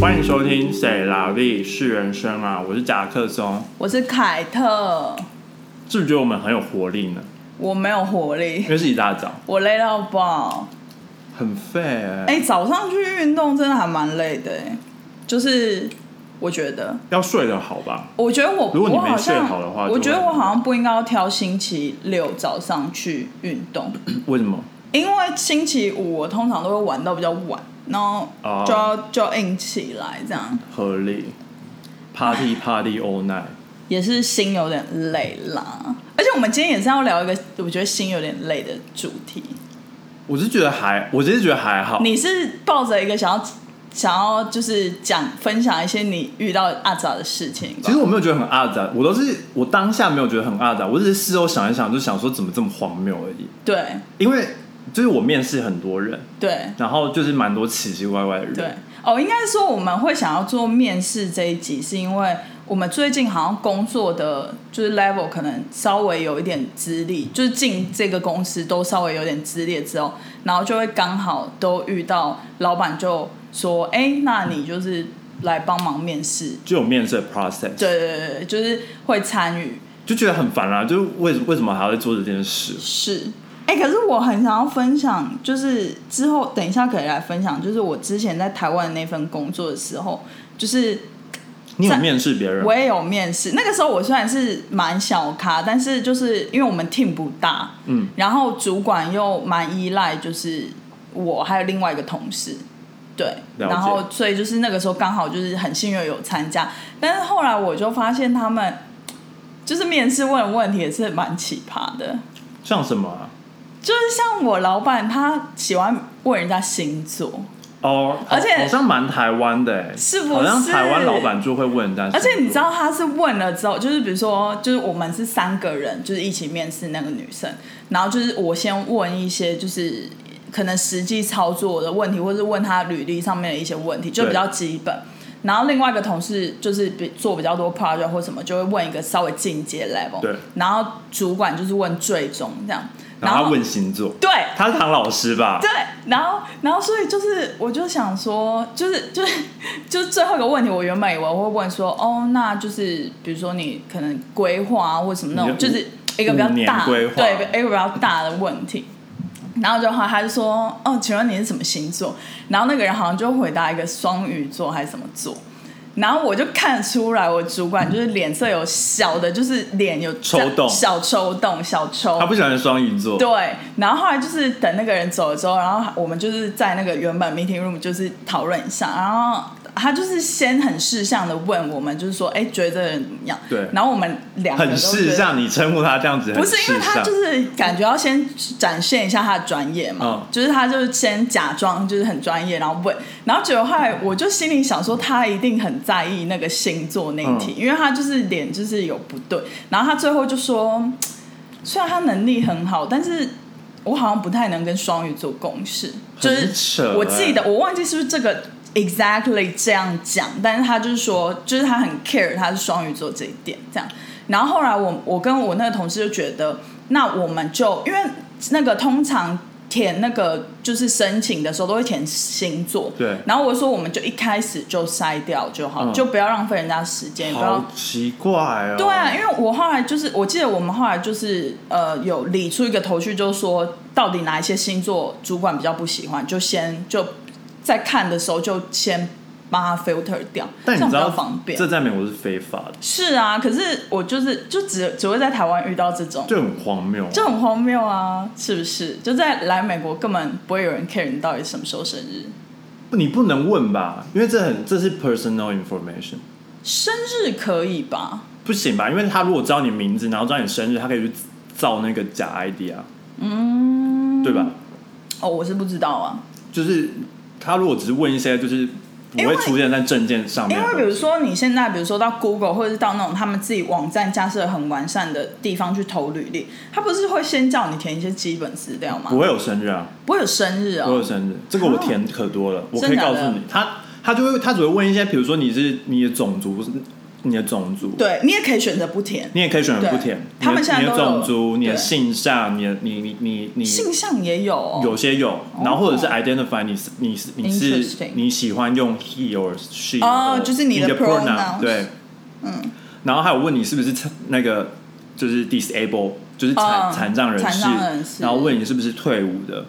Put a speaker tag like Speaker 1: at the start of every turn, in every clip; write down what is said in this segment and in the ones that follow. Speaker 1: 欢迎收听《谁拉力是人生》啊，我是夹克松，
Speaker 2: 我是凯特，
Speaker 1: 是不是觉得我们很有活力呢？
Speaker 2: 我没有 活
Speaker 1: 因
Speaker 2: 力，
Speaker 1: 为是一大早，
Speaker 2: 我累到爆。
Speaker 1: 很废、欸。
Speaker 2: 哎、早上去运动真的还蛮累的、哎，就是我觉得，
Speaker 1: 要睡得好吧？
Speaker 2: 我觉得我
Speaker 1: 如果你
Speaker 2: 我
Speaker 1: 没
Speaker 2: 好
Speaker 1: 睡
Speaker 2: 像
Speaker 1: 好的话就会
Speaker 2: 我觉得我好像不应该要挑星期六早上去运 动，
Speaker 1: 为什么？
Speaker 2: 因为星期五我通常都会玩到比较晚，然后
Speaker 1: 哦
Speaker 2: 就要、就要硬起来，这样
Speaker 1: 合理。Party party all night，
Speaker 2: 也是心有点累啦。而且我们今天也是要聊一个我觉得心有点累的主题。
Speaker 1: 我是觉得还，我真是觉得还好。
Speaker 2: 你是抱着一个想要想要就是讲分享一些你遇到阿杂的事情吧？
Speaker 1: 其实我没有觉得很阿杂，我都是我当下没有觉得很阿杂，我只是事后想一想，就想说怎么这么荒谬而已。
Speaker 2: 对
Speaker 1: 因为就是我面试很多人，
Speaker 2: 对
Speaker 1: 然后就是蛮多奇奇怪怪的人，
Speaker 2: 对，哦，应该说我们会想要做面试这一集，是因为我们最近好像工作的就是 level 可能稍微有一点资历，就是进这个公司都稍微有点资历之后，然后就会刚好都遇到老板就说，哎、那你就是来帮忙面试。
Speaker 1: 就有面试的 process，
Speaker 2: 对对对对，就是会参与，
Speaker 1: 就觉得很烦啦、啊就是为为什么还要做这件事？
Speaker 2: 是，哎、可是我很想要分享，就是之后等一下可以来分享，就是我之前在台湾的那份工作的时候，就是
Speaker 1: 你有
Speaker 2: 在
Speaker 1: 面试别人
Speaker 2: 我，也有面试。那个时候我虽然是蛮小咖，但是就是因为我们 team 不大，
Speaker 1: 嗯，
Speaker 2: 然后主管又蛮依赖，就是我还有另外一个同事，对，
Speaker 1: 了解
Speaker 2: 然后所以就是那个时候刚好就是很幸运有参加，但是后来我就发现他们就是面试问的问题也是蛮奇葩的，
Speaker 1: 像什么啊、
Speaker 2: 就是像我老板，他喜欢问人家星座，
Speaker 1: 哦，好
Speaker 2: 而且
Speaker 1: 好像蛮台湾的、欸，
Speaker 2: 是不是
Speaker 1: 好像台湾老板就会问人家星座，
Speaker 2: 而且你知道他是问了之后，就是比如说，就是我们是三个人，就是一起面试那个女生，然后就是我先问一些就是可能实际操作的问题，或是问他履历上面的一些问题，就比较基本。然后另外一个同事就是比做比较多 project 或什么，就会问一个稍微进阶 level。
Speaker 1: 对。
Speaker 2: 然后主管就是问最终这样，
Speaker 1: 然后他问星座，
Speaker 2: 对，
Speaker 1: 他是唐老师吧？
Speaker 2: 对，然后然后所以就是，我就想说，就是就是就是最后一个问题，我原本以为我会问说，哦，那就是比如说你可能规划啊或什么那
Speaker 1: 你
Speaker 2: 种，
Speaker 1: 就
Speaker 2: 就是一个比较
Speaker 1: 五年
Speaker 2: 大
Speaker 1: 规划
Speaker 2: 对一个比较大的问题。然后就后来他就说，哦，请问你是什么星座？然后那个人好像就回答一个双鱼座还是什么座。然后我就看出来，我主管就是脸色有小的，就是脸有
Speaker 1: 抽动
Speaker 2: 小抽动，小抽。
Speaker 1: 他不喜欢双鱼座，
Speaker 2: 对，然后后来就是等那个人走了之后，然后我们就是在那个原本 meeting room 就是讨论一下，然后他就是先很事项的问我们，就是说，哎，觉得这个人怎么样？
Speaker 1: 对
Speaker 2: 然后我们两个
Speaker 1: 很
Speaker 2: 都
Speaker 1: 事
Speaker 2: 觉得。
Speaker 1: 项，你称呼他这样子很
Speaker 2: 不
Speaker 1: 事
Speaker 2: 是
Speaker 1: 项，
Speaker 2: 因为他就是感觉要先展现一下他的专业嘛，
Speaker 1: 嗯
Speaker 2: 就是他就是先假装就是很专业，然后问，然后结果后来我就心里想说他一定很在意那个星座那一题，
Speaker 1: 嗯
Speaker 2: 因为他就是脸就是有不对，然后他最后就说，虽然他能力很好，但是我好像不太能跟双鱼座共事，就
Speaker 1: 很扯
Speaker 2: 是我记得我忘记是不是这个 exactly 这样讲，但是他就是说，就是他很 care 他是双鱼座这一点这样。然后后来我我跟我那个同事就觉得，那我们就因为那个通常填那个就是申请的时候都会填星座，
Speaker 1: 对
Speaker 2: 然后我说我们就一开始就筛掉就好，
Speaker 1: 嗯
Speaker 2: 就不要浪费人家时间，也不要
Speaker 1: 好奇怪哦，
Speaker 2: 对啊，因为我后来就是，我记得我们后来就是呃，有理出一个头绪，就是说到底哪一些星座主管比较不喜欢，就先就在看的时候就先帮他 filter 掉，
Speaker 1: 但你知
Speaker 2: 这样
Speaker 1: 道
Speaker 2: 比较方便
Speaker 1: 这。在美国是非法的，
Speaker 2: 是啊，可是我就是就只只会在台湾遇到这种，
Speaker 1: 就很荒谬啊，
Speaker 2: 就很荒谬啊，是不是？就在来美国根本不会有人 care 你到底什么时候生日，
Speaker 1: 你不能问吧？因为这很这是 personal information，
Speaker 2: 生日可以吧？
Speaker 1: 不行吧？因为他如果知道你名字，然后知道你生日，他可以去造那个假 ID 啊，嗯，对吧？
Speaker 2: 哦，我是不知道啊。
Speaker 1: 就是他如果只是问一些，就是不会出现在证件上面
Speaker 2: 因
Speaker 1: 的东
Speaker 2: 为
Speaker 1: 西。
Speaker 2: 比如说你现在，比如说到 Google 或者是到那种他们自己网站架设很完善的地方去投履历，他不是会先叫你填一些基本资料吗？
Speaker 1: 不会有生日啊，
Speaker 2: 不会有生日
Speaker 1: 不会
Speaker 2: 哦
Speaker 1: 有，生日，这个我填可多了，我可以
Speaker 2: 真的
Speaker 1: 告
Speaker 2: 假
Speaker 1: 诉
Speaker 2: 的
Speaker 1: 你，他他就会他只会问一些，比如说你是你的种族你的种族，
Speaker 2: 对你也可以选择不填，
Speaker 1: 你也可以选择不
Speaker 2: 对
Speaker 1: 填。你的
Speaker 2: 他们现在
Speaker 1: 你的
Speaker 2: 都有
Speaker 1: 种族、你的
Speaker 2: 对
Speaker 1: 性向、你的你你你你
Speaker 2: 性向也有哦、
Speaker 1: 有些有，然后或者是 identify 你是你是你是
Speaker 2: Interesting
Speaker 1: 你喜欢用 he or she
Speaker 2: 哦
Speaker 1: or
Speaker 2: 就是你的
Speaker 1: 的
Speaker 2: pronouns
Speaker 1: 对，嗯，然后还有问你是不是残那个就是 disable 就是残
Speaker 2: 嗯
Speaker 1: 残障人
Speaker 2: 残
Speaker 1: 士
Speaker 2: 障人，士
Speaker 1: 然后问你是不是退伍的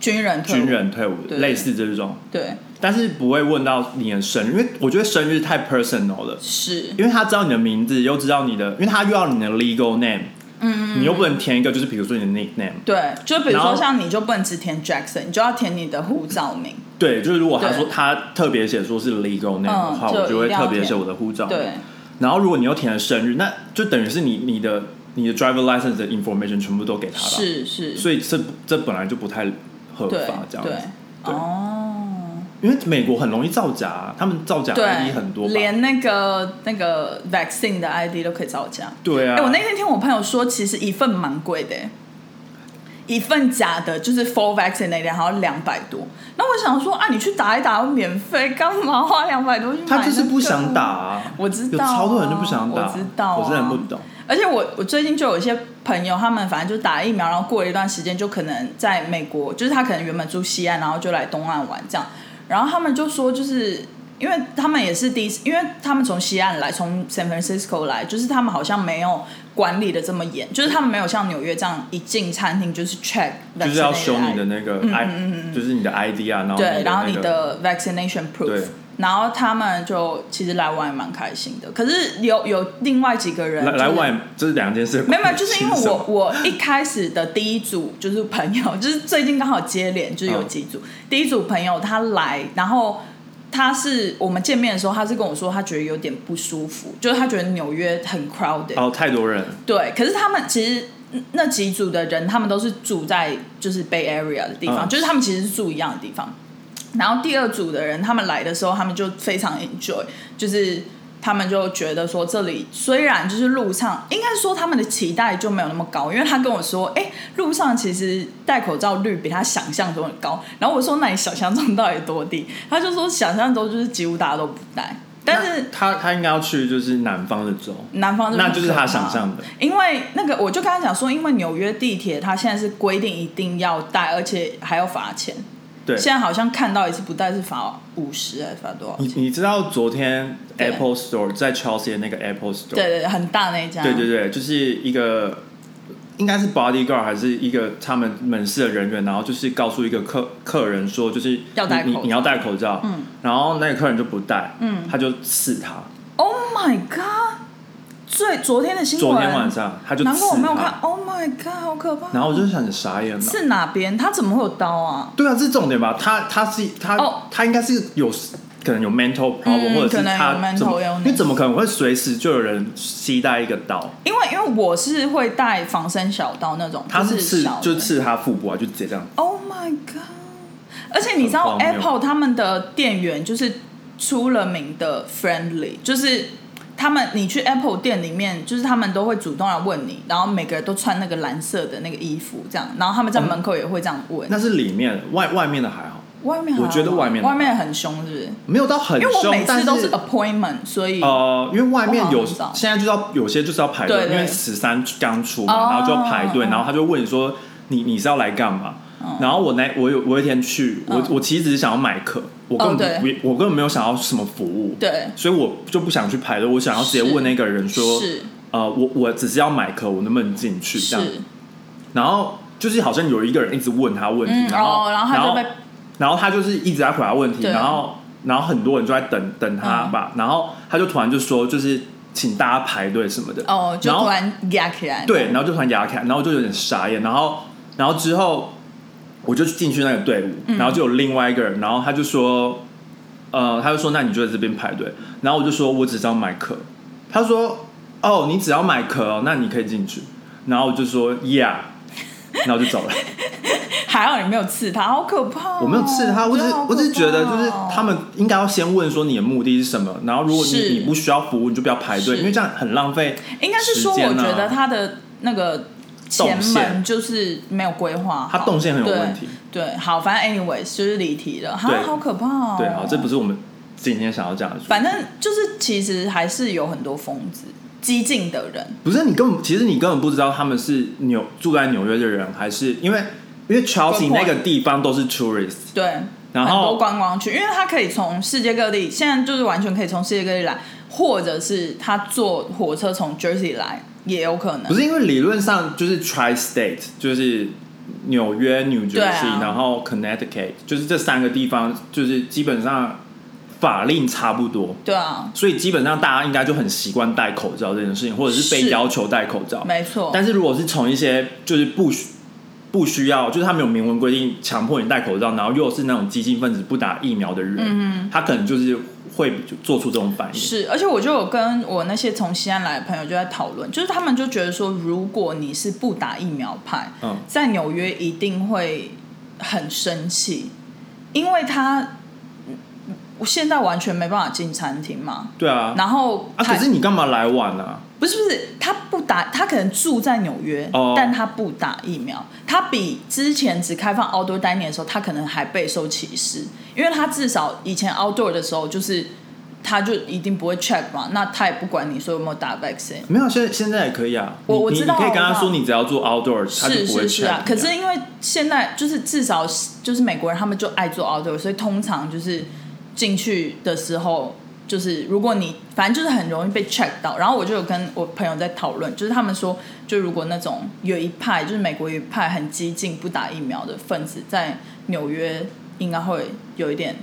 Speaker 2: 军人退伍
Speaker 1: 军人退伍的
Speaker 2: 对
Speaker 1: 类似这种，
Speaker 2: 对
Speaker 1: 但是不会问到你的生日，因为我觉得生日太 personal 了，
Speaker 2: 是
Speaker 1: 因为他知道你的名字，又知道你的，因为他又要你的 legal name，嗯，你又不能填一个就是比如说你的 nickname。
Speaker 2: 对，就比如
Speaker 1: 然后
Speaker 2: 说像你就不能只填 Jackson，你就要填你的护照名。
Speaker 1: 对，就是如果他
Speaker 2: 对
Speaker 1: 说他特别写说是 legal name 的话，
Speaker 2: 嗯就
Speaker 1: 我就会
Speaker 2: 一定要
Speaker 1: 特别
Speaker 2: 填
Speaker 1: 写我的护照。
Speaker 2: 对，
Speaker 1: 然后如果你又填了生日，那就等于是你你的你的 driver license 的 information 全部都给他了。。
Speaker 2: 是是，
Speaker 1: 所以这这本来就不太合
Speaker 2: 对
Speaker 1: 法，这样子
Speaker 2: 对。
Speaker 1: 对
Speaker 2: 哦，
Speaker 1: 因为美国很容易造假、啊他们造假 ID
Speaker 2: 对，
Speaker 1: 很多吧。
Speaker 2: 连那个那个 vaccine 的 ID 都可以造假。
Speaker 1: 对啊。
Speaker 2: 哎、我那天听我朋友说，其实一份蛮贵的、欸一份假的，就是 full vaccine 那辆，好像两百多。那我想说啊，你去打一打免费，干嘛花两百多去买、
Speaker 1: 他就是不想打、。啊，
Speaker 2: 我知
Speaker 1: 有
Speaker 2: 道啊
Speaker 1: 超多人就不想打，
Speaker 2: 我知道啊
Speaker 1: 我真的很不懂。
Speaker 2: 而且我我最近就有一些朋友，他们反正就打疫苗，然后过了一段时间，就可能在美国，就是他可能原本住西岸，然后就来东岸玩这样。然后他们就说，就是因为他们也是第一次，因为他们从西岸来，从 San Francisco 来，就是他们好像没有管理的这么严，就是他们没有像纽约这样一进餐厅就是 check，
Speaker 1: 就是要
Speaker 2: vaccinated
Speaker 1: 修你
Speaker 2: ID
Speaker 1: 的那个 I，、就是你的 ID 啊，然后
Speaker 2: 嗯对，然后
Speaker 1: 你
Speaker 2: 你
Speaker 1: 的那个
Speaker 2: 的 vaccination
Speaker 1: 对
Speaker 2: proof，然后他们就其实来玩也蛮开心的。可是有有另外几个人、
Speaker 1: 来来
Speaker 2: 就是
Speaker 1: 外，这是两件事。
Speaker 2: 没有，没有，就是因为
Speaker 1: 是什
Speaker 2: 我
Speaker 1: 么
Speaker 2: 我一开始的第一组就是朋友，就是最近刚好接连就是有几组，第一组朋友他来，然后他是我们见面的时候，他是跟我说他觉得有点不舒服，就是他觉得纽约很 crowded，、
Speaker 1: 哦，太多人，
Speaker 2: 对，可是他们其实嗯那几组的人，他们都是住在就是 Bay Area 的地方，
Speaker 1: 嗯
Speaker 2: 就是他们其实是住一样的地方。然后第二组的人，他们来的时候，他们就非常 enjoy，就是他们就觉得说这里虽然就是路上，应该说他们的期待就没有那么高，因为他跟我说，哎，路上其实戴口罩率比他想象中的高。然后我说，那你想象中到底多低？他就说想象中就是几乎大家都不戴，但是
Speaker 1: 那他他应该要去就是南方的州，
Speaker 2: 南方啊
Speaker 1: 那就是
Speaker 2: 很
Speaker 1: 他
Speaker 2: 可怕
Speaker 1: 想象的。
Speaker 2: 因为那个，我就跟他讲说，因为纽约地铁它现在是规定一定要戴，而且还要罚钱。
Speaker 1: 对，
Speaker 2: 现在好像看到一次不戴是罚五十还是罚多少
Speaker 1: 你
Speaker 2: 钱？
Speaker 1: 你知道昨天
Speaker 2: 对
Speaker 1: Apple Store 在 Chelsea 的那个 Apple Store，
Speaker 2: 对对啊对，很大那一家。
Speaker 1: 对对对就是一个应该是 bodyguard 还是一个他们门市的人员，然后就是告诉一个客客人说，就是
Speaker 2: 要戴
Speaker 1: 你你
Speaker 2: 口罩
Speaker 1: 你要戴口罩，嗯，然后那个客人就不戴，嗯，他就刺他。
Speaker 2: Oh my god！最昨天的新闻，
Speaker 1: 昨天晚上他就
Speaker 2: 难
Speaker 1: 刺
Speaker 2: 怪我没有看
Speaker 1: 他，。
Speaker 2: Oh my god！好可怕。
Speaker 1: 然后我就想傻眼了。
Speaker 2: 是哪边？他怎么会有刀啊？
Speaker 1: 对啊，这是重点吧？他他是他、
Speaker 2: 哦
Speaker 1: 他应该是有可能有 mental problem，、
Speaker 2: 嗯
Speaker 1: 或者是
Speaker 2: 可能有
Speaker 1: 他
Speaker 2: mental
Speaker 1: 怎么
Speaker 2: illness
Speaker 1: 你怎么可能会随时就有人携带一个刀？
Speaker 2: 因为因为我是会带防身小刀那种，
Speaker 1: 他
Speaker 2: 就是
Speaker 1: 刺
Speaker 2: 小的
Speaker 1: 就刺他腹部啊，就直接这样。
Speaker 2: Oh my god！而且你知道
Speaker 1: 很荒谬
Speaker 2: Apple 他们的店员就是出了名的 friendly，就是他们你去 Apple 店里面，就是他们都会主动来问你，然后每个人都穿那个蓝色的那个衣服这样，然后他们在门口也会这样问。
Speaker 1: 那是里面外外面的还好，
Speaker 2: 外面还好
Speaker 1: 哦
Speaker 2: 吗
Speaker 1: 我觉得外面
Speaker 2: 外面很凶，是不是？
Speaker 1: 没有到很
Speaker 2: 因为我
Speaker 1: 凶
Speaker 2: 每，
Speaker 1: 但
Speaker 2: 次都是 appointment，所以、
Speaker 1: 呃，因为外面有
Speaker 2: 我好像知道
Speaker 1: 现在就是要有些就是要排队，
Speaker 2: 对对
Speaker 1: 因为十三刚出嘛，
Speaker 2: 哦
Speaker 1: 然后就要排队，
Speaker 2: 嗯
Speaker 1: 然后他就问你说你你是要来干嘛？然后我那我有我有一天去，我、
Speaker 2: 嗯
Speaker 1: 我其实只是想要买课，我根本
Speaker 2: 哦
Speaker 1: 不、我根本没有想要什么服务，
Speaker 2: 对
Speaker 1: 所以我就不想去排队，我想要直接问那个人说，
Speaker 2: 是
Speaker 1: 呃，我我只是要买课，我能不能进去这样？
Speaker 2: 是，
Speaker 1: 然后就是好像有一个人一直问他问题，
Speaker 2: 嗯，
Speaker 1: 然后、
Speaker 2: 哦，然后他就被
Speaker 1: 然后他就是一直在回答问题，
Speaker 2: 对嗯
Speaker 1: 然后然后很多人就在等等他吧，然后他就突然就说就是请大家排队什么的，
Speaker 2: 哦，就
Speaker 1: 然后
Speaker 2: 突然压起来，
Speaker 1: 对，然后就突然压开，然后我就有点傻眼，然后然后之后我就进去那个队伍，
Speaker 2: 嗯
Speaker 1: 然后就有另外一个人，然后他就说，呃，他就说那你就在这边排队，然后我就说我只是要买壳，他说哦你只要买壳哦，那你可以进去，然后我就说 yeah，然后我就走 了。
Speaker 2: 还好你没有刺他，好可怕哦、哦
Speaker 1: 我没有刺他，我只
Speaker 2: 真
Speaker 1: 是
Speaker 2: 的好可
Speaker 1: 我只是觉得就是
Speaker 2: 怕哦
Speaker 1: 他们应该要先问说你的目的是什么，然后如果你
Speaker 2: 是
Speaker 1: 你不需要服务，你就不要排队，
Speaker 2: 是
Speaker 1: 因为这样很浪费。
Speaker 2: 应该是说，我
Speaker 1: 时间啊
Speaker 2: 觉得他的那个前
Speaker 1: 动线
Speaker 2: 门就是没有规划好，
Speaker 1: 他动线很有问题
Speaker 2: 对。对，好，反正 anyways 就是离题了，哈
Speaker 1: 对，
Speaker 2: 好可怕哦。
Speaker 1: 对，好，这不是我们今天想要这样说。
Speaker 2: 反正就是其实还是有很多疯子、激进的人，
Speaker 1: 不是你根本，其实你根本不知道他们是纽住在纽约的人，还是因为因为 Chelsea
Speaker 2: Good point
Speaker 1: 那个地方都是 tourist，
Speaker 2: 对，
Speaker 1: 然后
Speaker 2: 很多观光区，因为他可以从世界各地，现在就是完全可以从世界各地来，或者是他坐火车从 Jersey 来也有可
Speaker 1: 不
Speaker 2: 能。
Speaker 1: 是因为理论上就是 tri state，就是纽约、New
Speaker 2: 对
Speaker 1: Jersey，、
Speaker 2: 啊
Speaker 1: 然后 Connecticut，就是这三个地方，就是基本上法令差不多，
Speaker 2: 对啊，
Speaker 1: 所以基本上大家应该就很习惯戴口罩这件事情，或者是被
Speaker 2: 是
Speaker 1: 要求戴口罩。
Speaker 2: 没错。
Speaker 1: 但是如果是从一些就是不需不需要，就是他们有明文规定强迫你戴口罩，然后又是那种激进分子不打疫苗的人，他可能就是会做出这种反应。
Speaker 2: 嗯是，而且我就有跟我那些从西安来的朋友就在讨论，就是他们就觉得说，如果你是不打疫苗派，
Speaker 1: 嗯，
Speaker 2: 在纽约一定会很生气，因为他嗯我现在完全没办法进餐厅嘛。
Speaker 1: 对啊。
Speaker 2: 然后
Speaker 1: 啊，
Speaker 2: 他、
Speaker 1: 可是你干嘛来晚啊？
Speaker 2: 不是不是，他不打，他可能住在纽约，
Speaker 1: 哦
Speaker 2: 但他不打疫苗。他比之前只开放 outdoor dining 的时候，他可能还备受歧视，因为他至少以前 outdoor 的时候就是。他就一定不会 check 嘛，那他也不管你说有没有打 vaccine，
Speaker 1: 没有，啊现在现在也可以啊。
Speaker 2: 我
Speaker 1: 你
Speaker 2: 我
Speaker 1: 你
Speaker 2: 知道
Speaker 1: 你可以跟他
Speaker 2: 我知
Speaker 1: 说，
Speaker 2: 道
Speaker 1: 你只要做 outdoor，他就是不会
Speaker 2: 是是啊
Speaker 1: check，你
Speaker 2: 可是因为现在就是至少是就是美国人他们就爱做 outdoor，所以通常就是进去的时候，就是如果你反正就是很容易被 check 到。然后我就有跟我朋友在讨论，就是他们说，就如果那种有一派就是美国有一派很激进不打疫苗的分子，在纽约应该会有一点，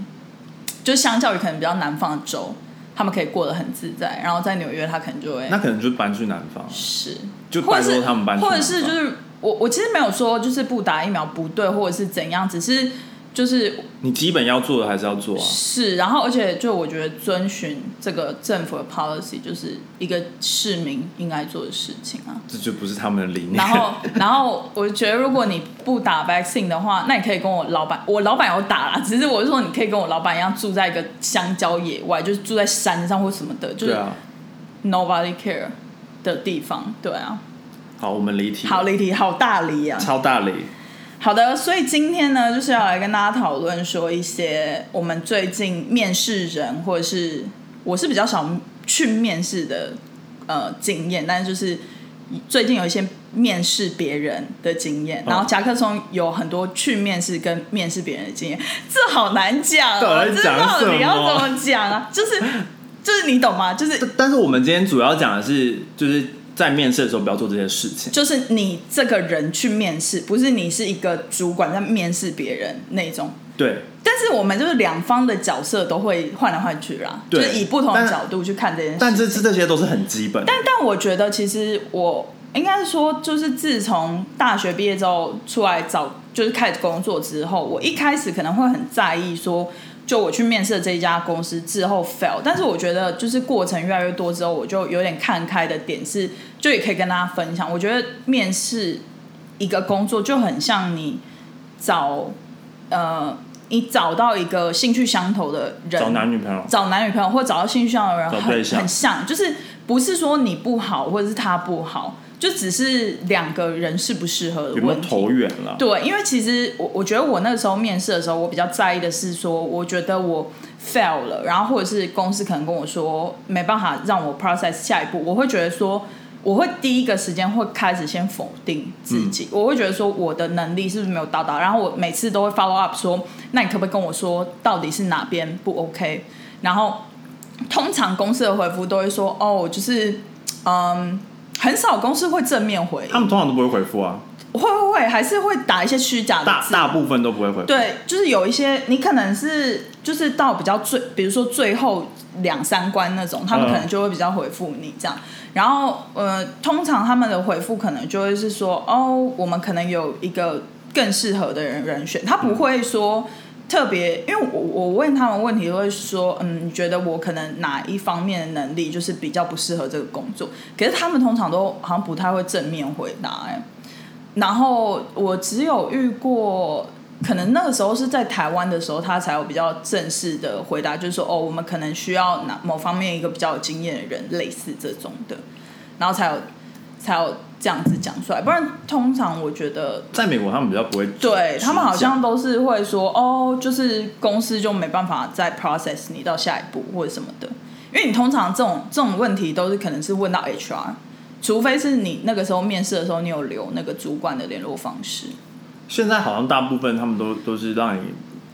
Speaker 2: 就是相较于可能比较南方的州，他们可以过得很自在，然后在纽约他可能就会
Speaker 1: 那可能就搬去南方，
Speaker 2: 是
Speaker 1: 就
Speaker 2: 或
Speaker 1: 拜
Speaker 2: 者是
Speaker 1: 托他们搬去
Speaker 2: 或
Speaker 1: 南方。
Speaker 2: 者是就是我我其实没有说就是不打疫苗不对，或者是怎样，只是就是
Speaker 1: 你基本要做的还是要做啊。
Speaker 2: 是，然后而且就我觉得遵循这个政府的 policy 就是一个市民应该做的事情 啊。
Speaker 1: 这就不是他们的理念。
Speaker 2: 然后，然后我觉得如果你不打 vaccine 的话，那你可以跟我老板，我老板有打啦，只是我是说你可以跟我老板一样住在一个香蕉野外，就是住在山上或什么的，就
Speaker 1: 对
Speaker 2: 是
Speaker 1: 啊，
Speaker 2: nobody care 的地方，对啊。
Speaker 1: 好，我们离题，
Speaker 2: 好，离题，好大离啊！
Speaker 1: 超大离。
Speaker 2: 好的，所以今天呢，就是要来跟大家讨论说一些我们最近面试人，或者是我是比较少去面试的呃经验，但是就是最近有一些面试别人的经验，然后夹克松有很多去面试跟面试别人的经验，这好难讲、
Speaker 1: 到
Speaker 2: 哦，
Speaker 1: 底在
Speaker 2: 这
Speaker 1: 讲
Speaker 2: 到
Speaker 1: 什么
Speaker 2: 底要怎么讲啊？就是就是你懂吗？就是
Speaker 1: 但但是我们今天主要讲的是，就是在面试的时候不要做这些事情。
Speaker 2: 就是你这个人去面试，不是你是一个主管在面试别人那种。
Speaker 1: 对，
Speaker 2: 但是我们就是两方的角色都会换来换去啦，就
Speaker 1: 对
Speaker 2: 是以不同的
Speaker 1: 但
Speaker 2: 角度去看这件事。
Speaker 1: 但这这这些都是很基本的。
Speaker 2: 但但我觉得其实我应该是说，就是自从大学毕业之后出来找，就是开始工作之后，我一开始可能会很在意说，就我去面试的这一家公司之后 fail，但是我觉得就是过程越来越多之后，我就有点看开的点是，就也可以跟大家分享，我觉得面试一个工作就很像你找呃。你找到一个兴趣相投的人，
Speaker 1: 找男女朋友，
Speaker 2: 找男女朋友或找到兴趣上的人
Speaker 1: 找
Speaker 2: 很
Speaker 1: 对象
Speaker 2: 很像，就是不是说你不好或者是他不好，就只是两个人适不适合的
Speaker 1: 有没有
Speaker 2: 问题。
Speaker 1: 投缘了？
Speaker 2: 对，因为其实我我觉得我那时候面试的时候，我比较在意的是说，我觉得我 fail 了，然后或者是公司可能跟我说没办法让我 process 下一步，我会觉得说，我会第一个时间会开始先否定自己，我会觉得说我的能力是不是没有到达，然后我每次都会 follow up 说，那你可不可以跟我说到底是哪边不 OK？然后通常公司的回复都会说，哦，就是嗯，很少公司会正面回应
Speaker 1: 他们通常都不会回复啊，
Speaker 2: 会会会，还是会打一些虚假的
Speaker 1: 大
Speaker 2: 字。
Speaker 1: 大部分都不会回复。
Speaker 2: 啊对，就是有一些你可能是就是到比较最，比如说最后两三关那种，他
Speaker 1: 嗯
Speaker 2: 们可能就会比较回复你这样。然后呃，通常他们的回复可能就会是说，哦，我们可能有一个更适合的人人选，他不会说。特别，因为我我问他们问题都会说，嗯，你觉得我可能哪一方面的能力就是比较不适合这个工作？可是他们通常都好像不太会正面回答、哎，然后我只有遇过，可能那个时候是在台湾的时候，他才有比较正式的回答，就是说哦，我们可能需要哪某方面一个比较有经验的人，类似这种的，然后才有才有这样子讲出来，不然通常我觉得
Speaker 1: 在美国他们比较不会直讲，
Speaker 2: 对他们好像都是会说哦，就是公司就没办法再 process 你到下一步或者什么的，因为你通常这种这种问题都是可能是问到 HR，除非是你那个时候面试的时候你有留那个主管的联络方式，
Speaker 1: 现在好像大部分他们都都是让你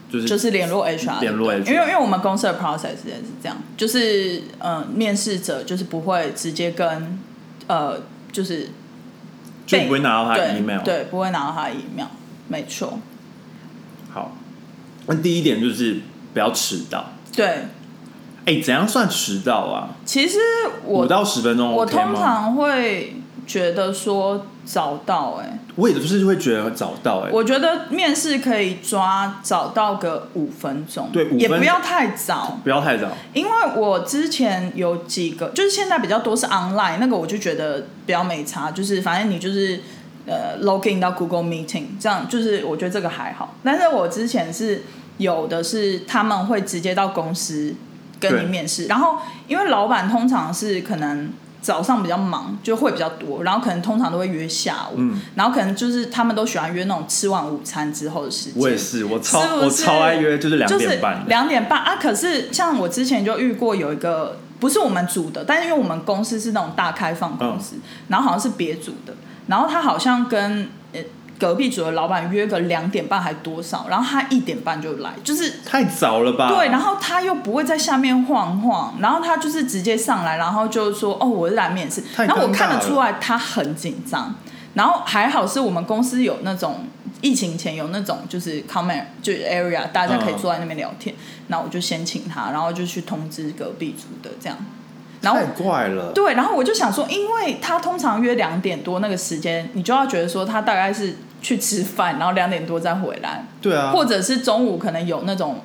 Speaker 1: 就是
Speaker 2: 就是联络 HR，
Speaker 1: 联络
Speaker 2: 对
Speaker 1: HR
Speaker 2: 因为因为我们公司的 process 也是这样，就是呃面试者就是不会直接跟呃就是
Speaker 1: 就不会拿到他的
Speaker 2: 对
Speaker 1: email。
Speaker 2: 对不会拿到他的 email，没错，
Speaker 1: 好，那第一点就是不要迟到。
Speaker 2: 对，
Speaker 1: 哎、怎样算迟到啊？
Speaker 2: 其实我
Speaker 1: 五到十分钟
Speaker 2: 我
Speaker 1: OK
Speaker 2: 通
Speaker 1: 吗？
Speaker 2: 常会觉得说早到、欸，
Speaker 1: 我也就是会觉得早到、哎，
Speaker 2: 我觉得面试可以抓早到个五分钟，
Speaker 1: 对5
Speaker 2: 也
Speaker 1: 分
Speaker 2: 不要太早，
Speaker 1: 不要太早。
Speaker 2: 因为我之前有几个，就是现在比较多是 online 那个，我就觉得比较没差，就是反正你就是呃 login 到 Google Meeting 这样，就是我觉得这个还好。但是我之前是有的是他们会直接到公司跟
Speaker 1: 对
Speaker 2: 你面试，然后因为老板通常是可能。早上比较忙，就会比较多，然后可能通常都会约下午，
Speaker 1: 嗯
Speaker 2: 然后可能就是他们都喜欢约那种吃完午餐之后的时间。
Speaker 1: 我也是，我超
Speaker 2: 是不是
Speaker 1: 我超爱约，就是两
Speaker 2: 就是
Speaker 1: 点半。
Speaker 2: 两点半啊！可是像我之前就遇过有一个不是我们组的，但是因为我们公司是那种大开放公司，
Speaker 1: 嗯
Speaker 2: 然后好像是别组的，然后他好像跟呃隔壁组的老板约个两点半还多少，然后他一点半就来，就是。
Speaker 1: 太早了吧？
Speaker 2: 对，然后他又不会在下面晃晃，然后他就是直接上来，然后就说：“哦，我是来面试。”
Speaker 1: 太
Speaker 2: 然后我
Speaker 1: 尴尬
Speaker 2: 看得
Speaker 1: 了
Speaker 2: 出来他很紧张，然后还好是我们公司有那种疫情前有那种就是 common 就是 area，大家可以
Speaker 1: 嗯
Speaker 2: 坐在那边聊天。那、我就先请他，然后就去通知隔壁组的这样。然后
Speaker 1: 太怪了。
Speaker 2: 对，然后我就想说，因为他通常约两点多那个时间，你就要觉得说他大概是去吃饭，然后两点多再回来，
Speaker 1: 对啊，
Speaker 2: 或者是中午可能有那种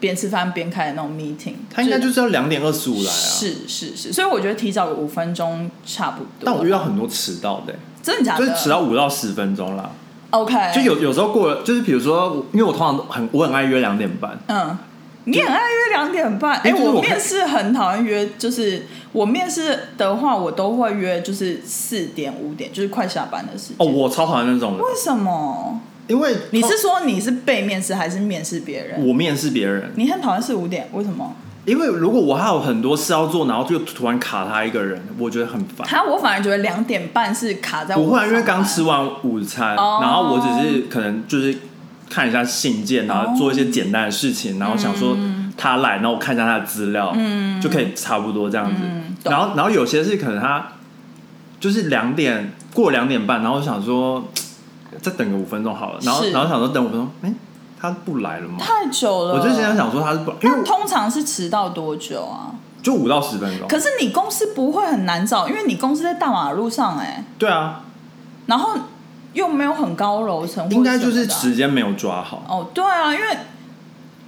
Speaker 2: 边吃饭边开的那种 meeting。
Speaker 1: 他应该就是要两点二十五来啊。，
Speaker 2: 是是是，所以我觉得提早个五分钟差不多。
Speaker 1: 但我遇到很多迟到的、欸
Speaker 2: 真的假
Speaker 1: 就
Speaker 2: 的？
Speaker 1: 是迟到五到十分钟啦。
Speaker 2: OK，
Speaker 1: 就有有时候过了，就是比如说，因为我通常很我很爱约两点半，
Speaker 2: 嗯，你很爱约两点半。哎、
Speaker 1: 因为就是
Speaker 2: 我
Speaker 1: 我
Speaker 2: 面试很讨厌约，就是我面试的话，我都会约就是四点五点，就是快下班的时间。
Speaker 1: 哦，我超讨厌那种人，
Speaker 2: 为什么？
Speaker 1: 因为
Speaker 2: 你是说你是被面试还是面试别人？
Speaker 1: 我面试别人，
Speaker 2: 你很讨厌四五点，为什么？
Speaker 1: 因为如果我还有很多事要做，然后就突然卡他一个人，我觉得很烦。
Speaker 2: 他我反而觉得两点半是卡在我
Speaker 1: 我忽然因为
Speaker 2: 上班
Speaker 1: 刚吃完午餐，
Speaker 2: 哦
Speaker 1: 然后我只是可能就是看一下信件，然后做一些简单的事情，然后想说他来，然后我看一下他的资料，嗯，就可以差不多这样子。
Speaker 2: 嗯懂
Speaker 1: 然后，然后有些是可能他就是两点过两点半，然后我想说再等个五分钟好了，然后
Speaker 2: 是
Speaker 1: 然后想说等五分钟，哎、他不来了吗？
Speaker 2: 太久了，
Speaker 1: 我就现在想说他是不来，因为
Speaker 2: 那
Speaker 1: 我
Speaker 2: 通常是迟到多久啊？
Speaker 1: 就五到十分钟，
Speaker 2: 可是你公司不会很难找，因为你公司在大马路上哎、
Speaker 1: 对啊，
Speaker 2: 然后又没有很高楼层，
Speaker 1: 应该就是
Speaker 2: 迟。
Speaker 1: 时间没有抓好，
Speaker 2: 哦，对啊，因为，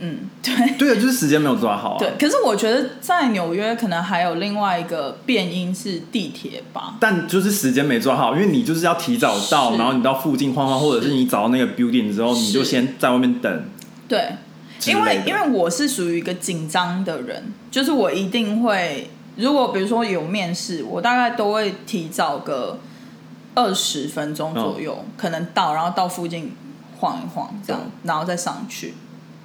Speaker 2: 嗯，对
Speaker 1: 对，就是时间没有抓好、啊，
Speaker 2: 对，可是我觉得在纽约可能还有另外一个变因是地铁吧。
Speaker 1: 但就是时间没抓好，因为你就是要提早到，
Speaker 2: 是
Speaker 1: 然后你到附近晃晃，或者是你找到那个 building 之后，
Speaker 2: 是
Speaker 1: 你就先在外面等。
Speaker 2: 对，
Speaker 1: 之
Speaker 2: 因为
Speaker 1: 类的
Speaker 2: 因为我是属于一个紧张的人，就是我一定会，如果比如说有面试，我大概都会提早个二十分钟左右，
Speaker 1: 嗯
Speaker 2: 可能到，然后到附近晃一晃，这样
Speaker 1: 懂，
Speaker 2: 然后再上去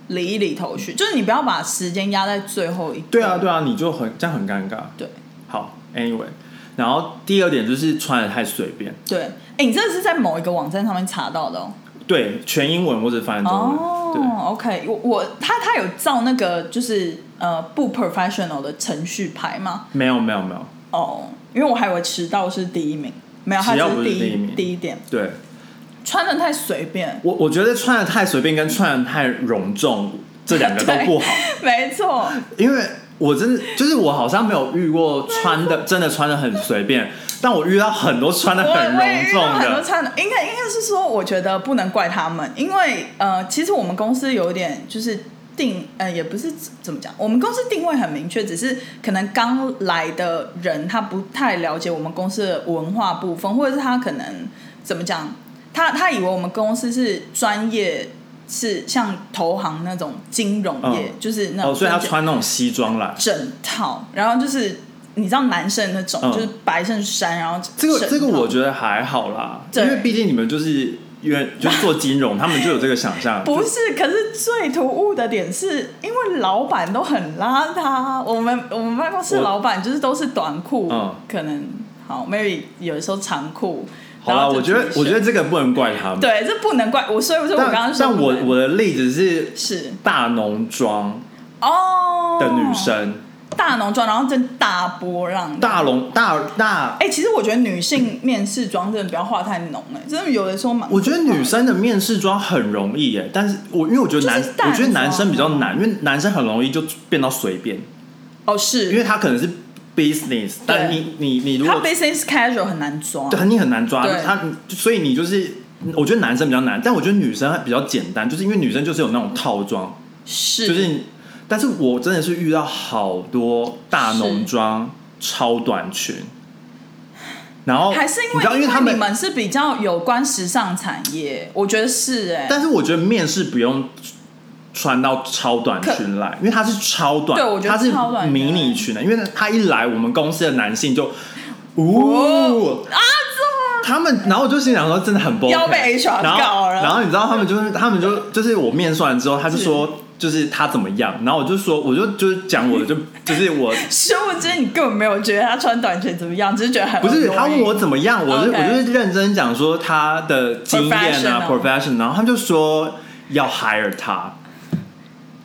Speaker 2: 理一理头绪，就是你不要把时间压在最后一。
Speaker 1: 对啊，对啊，你就很这样很尴尬。
Speaker 2: 对
Speaker 1: 好，anyway，然后第二点就是穿的太随便，
Speaker 2: 对，哎、你这个是在某一个网站上面查到的哦。
Speaker 1: 对，全英文或者翻译中文，对，
Speaker 2: o k 我我他他有照那个就是呃不 professional 的程序排吗？
Speaker 1: 没有没有没有，
Speaker 2: 哦，因为我还以为迟到是第一名，没有，他
Speaker 1: 迟
Speaker 2: 只
Speaker 1: 到不是
Speaker 2: 是第
Speaker 1: 第一名
Speaker 2: 第一点，
Speaker 1: 对
Speaker 2: 穿的太随便，
Speaker 1: 我我觉得穿的太随便跟穿的太隆重这两个都
Speaker 2: 对
Speaker 1: 不好，
Speaker 2: 没错，
Speaker 1: 因为我真的就是我好像没有遇过穿的真的穿的很随便，但我遇到很多穿的
Speaker 2: 我
Speaker 1: 很
Speaker 2: 我也
Speaker 1: 隆
Speaker 2: 遇
Speaker 1: 重
Speaker 2: 到很多
Speaker 1: 的，
Speaker 2: 穿的，应该应该是说，我觉得不能怪他们，因为呃，其实我们公司有点就是。定呃也不是怎么讲，我们公司定位很明确，只是可能刚来的人他不太了解我们公司的文化部分，或者是他可能怎么讲，他他以为我们公司是专业，是像投行那种金融业，
Speaker 1: 嗯
Speaker 2: 就是那种
Speaker 1: 哦，所以他
Speaker 2: 证券
Speaker 1: 穿那种西装来，
Speaker 2: 整套，然后就是你知道男生那种，
Speaker 1: 嗯
Speaker 2: 就是白衬衫，然后
Speaker 1: 这个这个我
Speaker 2: 得
Speaker 1: 觉得还好啦，
Speaker 2: 对
Speaker 1: 因为毕竟你们就是因为就是做金 融，他们就有这个想象。
Speaker 2: 不，
Speaker 1: 就是
Speaker 2: 可是最突兀的点是因为老板都很邋遢，我们我们办公室
Speaker 1: 我
Speaker 2: 老板就是都是短裤，
Speaker 1: 嗯
Speaker 2: 可能好 maybe 有的时候长裤，
Speaker 1: 好
Speaker 2: 然
Speaker 1: 啦，
Speaker 2: 后就
Speaker 1: 我觉得
Speaker 2: T 恤
Speaker 1: 我觉得这个不能怪他们。
Speaker 2: 对，这不能怪我，所以我说我
Speaker 1: 但
Speaker 2: 刚刚说
Speaker 1: 但
Speaker 2: 不
Speaker 1: 我
Speaker 2: 能
Speaker 1: 我的例子是
Speaker 2: 是
Speaker 1: 大浓妆
Speaker 2: 哦
Speaker 1: 的女生，
Speaker 2: 大浓妆，然后真大波浪的
Speaker 1: 大浓大大，
Speaker 2: 哎、其实我觉得女性面试妆真的不要画太浓哎、真的有的时候蛮。
Speaker 1: 我觉得女生的面试妆很容易耶，但是我因为我觉得男
Speaker 2: 就是淡
Speaker 1: 我觉得男
Speaker 2: 妆
Speaker 1: 生比较难，因为男生很容易就变到随便，
Speaker 2: 哦是，
Speaker 1: 因为他可能是 business，但你你你如
Speaker 2: 她
Speaker 1: 果
Speaker 2: business casual 很难抓，
Speaker 1: 对，你很难抓
Speaker 2: 哦对
Speaker 1: 他，所以你就是，我觉得男生比较难，但我觉得女生比较简单，就是因为女生就是有那种套装，
Speaker 2: 是
Speaker 1: 就是你，但是我真的是遇到好多大浓妆、超短裙，然后
Speaker 2: 还是因
Speaker 1: 哦你
Speaker 2: 为
Speaker 1: 知道，因为他
Speaker 2: 为
Speaker 1: 们，
Speaker 2: 你们是比较有关时尚产业，我觉得是哎、
Speaker 1: 但是我觉得面试不用穿到超短裙来，因为它是超短，
Speaker 2: 对我觉得
Speaker 1: 它是
Speaker 2: 超短裙
Speaker 1: 迷你裙的，因为他一来，我们公司的男性就，
Speaker 2: 哦
Speaker 1: 呜、
Speaker 2: 啊
Speaker 1: 他们，然后我就心想说，真的很不 OK，
Speaker 2: 要被 HR
Speaker 1: 然后
Speaker 2: 告了
Speaker 1: 然后你知道他们就是，他们就就是我面算之后，他就说就是他怎么样，然后我就说，我就就是讲我的就就是 我
Speaker 2: 殊不知你根本没有觉得她穿短裙怎么样，只是觉得很
Speaker 1: 不是
Speaker 2: annoying
Speaker 1: 他问我怎么样，我就
Speaker 2: OK
Speaker 1: 我就是认真讲说他的经验啊
Speaker 2: Professional
Speaker 1: ，profession，然后他们就说要 hire 他，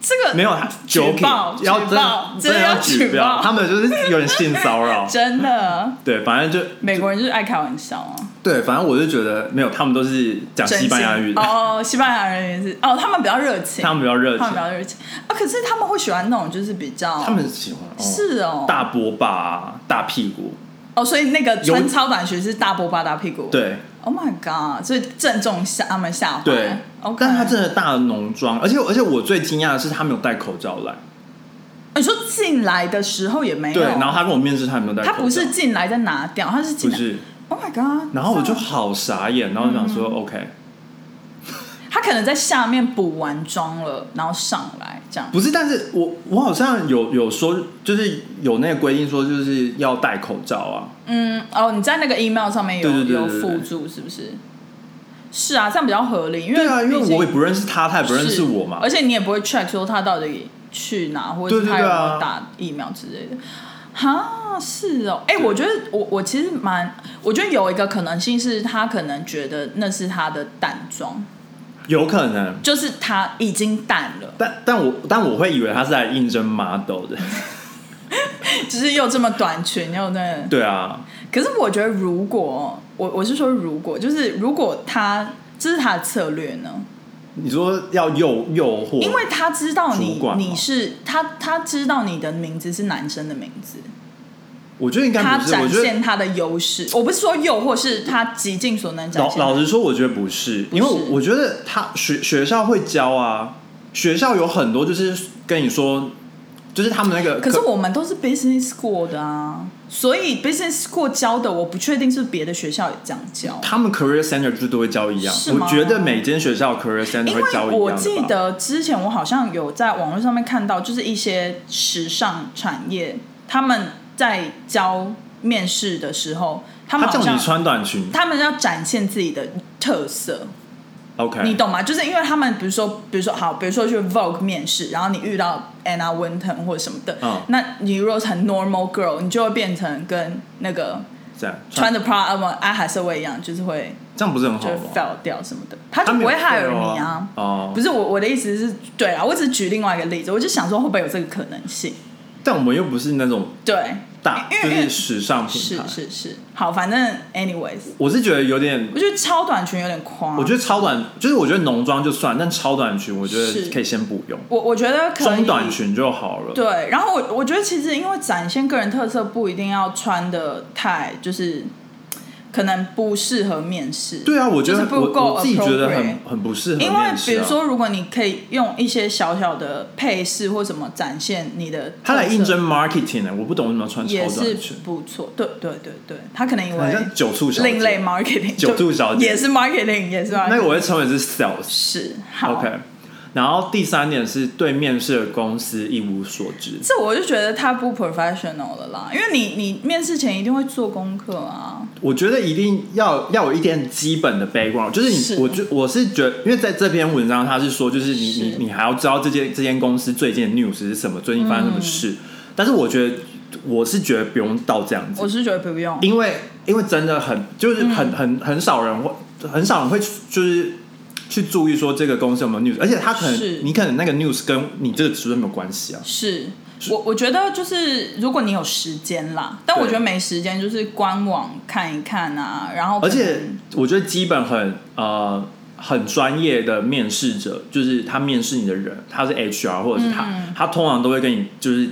Speaker 2: 这个
Speaker 1: 没有他
Speaker 2: 举
Speaker 1: joking，
Speaker 2: 报
Speaker 1: 要
Speaker 2: 举
Speaker 1: 真
Speaker 2: 报
Speaker 1: 真
Speaker 2: 真
Speaker 1: 的
Speaker 2: 的
Speaker 1: 要
Speaker 2: 要
Speaker 1: 举
Speaker 2: 举
Speaker 1: 报
Speaker 2: 报，，
Speaker 1: 他们就是有点性骚扰
Speaker 2: 真的
Speaker 1: 对，反正就
Speaker 2: 美国人就是爱开玩笑啊，
Speaker 1: 对，反正我就觉得没有，他们都是讲
Speaker 2: 真
Speaker 1: 西班牙
Speaker 2: 心
Speaker 1: 语的，
Speaker 2: 哦，西班牙人也是哦，他们比较热 情，
Speaker 1: 他们比较热
Speaker 2: 他
Speaker 1: 情
Speaker 2: 们比，较热情啊，可是他们会喜欢那种就是比较
Speaker 1: 他们喜欢哦
Speaker 2: 是哦
Speaker 1: 大波霸啊、大屁股，
Speaker 2: 哦，所以那个
Speaker 1: 有
Speaker 2: 穿超短裙是大波霸大屁股，
Speaker 1: 对
Speaker 2: ，Oh my god，所以正中下他们下怀，
Speaker 1: 对。
Speaker 2: ，OK，哦
Speaker 1: 但是他真的大浓妆，而且而且我最惊讶的是他没有戴口罩来，
Speaker 2: 你说进来的时候也没有，
Speaker 1: 对。然后他跟我面试，他也没有戴口罩，
Speaker 2: 他不是进来再拿掉，他是进
Speaker 1: 不
Speaker 2: 来
Speaker 1: 是。
Speaker 2: ，Oh my god，
Speaker 1: 然后我就好傻眼，然后我想说
Speaker 2: 嗯
Speaker 1: OK，
Speaker 2: 他可能在下面补完妆了，然后上来这样，
Speaker 1: 不是，但是我我好像有有说，就是有那个规定说就是要戴口罩啊，
Speaker 2: 嗯，哦，你在那个 email 上面有
Speaker 1: 对对对
Speaker 2: 有
Speaker 1: 对对
Speaker 2: 附注是不是？是啊，这样比较合理，因为
Speaker 1: 对啊，因为
Speaker 2: 毕竟
Speaker 1: 我也不认识他，他也不认识我嘛
Speaker 2: 而，且你也不会 check 说他到底去哪，或者
Speaker 1: 对
Speaker 2: 是
Speaker 1: 对
Speaker 2: 他有
Speaker 1: 对
Speaker 2: 没
Speaker 1: 啊
Speaker 2: 有打疫苗之类的。哈，是哦，哎、
Speaker 1: 对
Speaker 2: 我觉得我我其实蛮，我觉得有一个可能性是他可能觉得那是他的淡妆，
Speaker 1: 有可能。
Speaker 2: 就是他已经淡了，
Speaker 1: 但但我但我会以为他是来应征 model 的，
Speaker 2: 只是又这么短裙，又那。
Speaker 1: 对啊，
Speaker 2: 可是我觉得如果我我是说如果就是如果他这是他的策略呢，
Speaker 1: 你说要诱诱惑，
Speaker 2: 因为他知道
Speaker 1: 主
Speaker 2: 你
Speaker 1: 管嘛
Speaker 2: 你是他他知道你的名字是男生的名字，
Speaker 1: 我觉得应该
Speaker 2: 他
Speaker 1: 不是，我
Speaker 2: 展
Speaker 1: 觉得
Speaker 2: 现他的优势。我不是说诱惑，是他极尽所能展
Speaker 1: 老
Speaker 2: 现。
Speaker 1: 老实说，我觉得不是，因为我觉得他学学校会教啊，学校有很多就是跟你说，就是他们那个，
Speaker 2: 可是我们都是 business school 的啊，所以 business school 教的，我不确定是不是别的学校也这样教。
Speaker 1: 他们 career center 就是都会教一样，
Speaker 2: 是吗
Speaker 1: 我觉得每间学校 career center
Speaker 2: 因
Speaker 1: 会教一样
Speaker 2: 为
Speaker 1: 的
Speaker 2: 我
Speaker 1: 吧
Speaker 2: 记得之前我好像有在网络上面看到，就是一些时尚产业他们在教面试的时候，他们
Speaker 1: 他
Speaker 2: 好
Speaker 1: 叫
Speaker 2: 像
Speaker 1: 你穿短裙
Speaker 2: 他们要展现自己的特色。
Speaker 1: ，OK，
Speaker 2: 你懂吗？就是因为他们，比如说，比如说，好，比如说去 Vogue 面试，然后你遇到 Anna Winton 或者什么的，
Speaker 1: 嗯
Speaker 2: 那你如果是很 normal girl，你就会变成跟那个
Speaker 1: 这样
Speaker 2: 穿的 Prada 呃阿海瑟薇一样，就是会
Speaker 1: 这样不是很
Speaker 2: 就
Speaker 1: 好
Speaker 2: 会
Speaker 1: 吗？
Speaker 2: fell 掉什么的，他
Speaker 1: 他
Speaker 2: 就
Speaker 1: 们
Speaker 2: 不
Speaker 1: 有
Speaker 2: 会害
Speaker 1: fail
Speaker 2: 你
Speaker 1: 啊
Speaker 2: 啊。，
Speaker 1: 哦
Speaker 2: 不，是我我的意思是，对啊，我只是举另外一个例子，我就想说会不会有这个可能性？
Speaker 1: 但我们又不是那种
Speaker 2: 对，
Speaker 1: 大，
Speaker 2: 因
Speaker 1: 就
Speaker 2: 为因为
Speaker 1: 是时尚品
Speaker 2: 是
Speaker 1: 牌，
Speaker 2: 是是，好，反正 anyways，
Speaker 1: 我是觉得有点
Speaker 2: 我觉得超短裙有点夸，
Speaker 1: 我觉得超短，就是我觉得浓妆就算，但超短裙我觉得
Speaker 2: 是
Speaker 1: 可以先不用，
Speaker 2: 我我觉得可以
Speaker 1: 中短裙就好了。
Speaker 2: 对，然后我我觉得其实因为展现个人特色，不一定要穿的太就是可能不适合面试。
Speaker 1: 对啊，我觉得
Speaker 2: 就是不够
Speaker 1: 我我自己觉得
Speaker 2: appropriate
Speaker 1: 很很不适合
Speaker 2: 因为
Speaker 1: 面试
Speaker 2: 比如
Speaker 1: 啊。
Speaker 2: 说，如果你可以用一些小小的配饰或什么展现你的特色，
Speaker 1: 他来应征 marketing 呢，我不懂为什么要穿超
Speaker 2: 也
Speaker 1: 短
Speaker 2: 是
Speaker 1: 裙，
Speaker 2: 不错。对对对对，他可能以
Speaker 1: 好
Speaker 2: 为
Speaker 1: 像九处小姐
Speaker 2: 另类 marketing，
Speaker 1: 九度小姐
Speaker 2: 也是 marketing，也是 marketing,
Speaker 1: 那个我会称为是 sales。
Speaker 2: 是好
Speaker 1: OK，然后第三点是对面试的公司一无所知。
Speaker 2: 这我就觉得太不 professional 了啦，因为你你面试前一定会做功课啊，
Speaker 1: 我觉得一定要要有一点基本的 background，就是你，
Speaker 2: 是
Speaker 1: 我觉我是觉得，因为在这篇文章他是说，就是你
Speaker 2: 是
Speaker 1: 你你还要知道这间这间公司最近的 news 是什么，最近发生什么事。
Speaker 2: 嗯
Speaker 1: 但是我觉得我是觉得不用到这样子
Speaker 2: 我，嗯是觉得不用。
Speaker 1: 因为因为真的很就是很、很很少人会很少人会就是去注意说这个公司有没有 news，而且他可
Speaker 2: 是
Speaker 1: 能你可能那个 news 跟你这个职位没有关系啊。
Speaker 2: 是我我觉得就是如果你有时间啦，但我
Speaker 1: 对
Speaker 2: 觉得没时间就是官网看一看啊，然后可
Speaker 1: 而且
Speaker 2: 能
Speaker 1: 我觉得基本很呃很专业的面试者，就是他面试你的人，他是 HR 或者是他，他通常都会跟你就是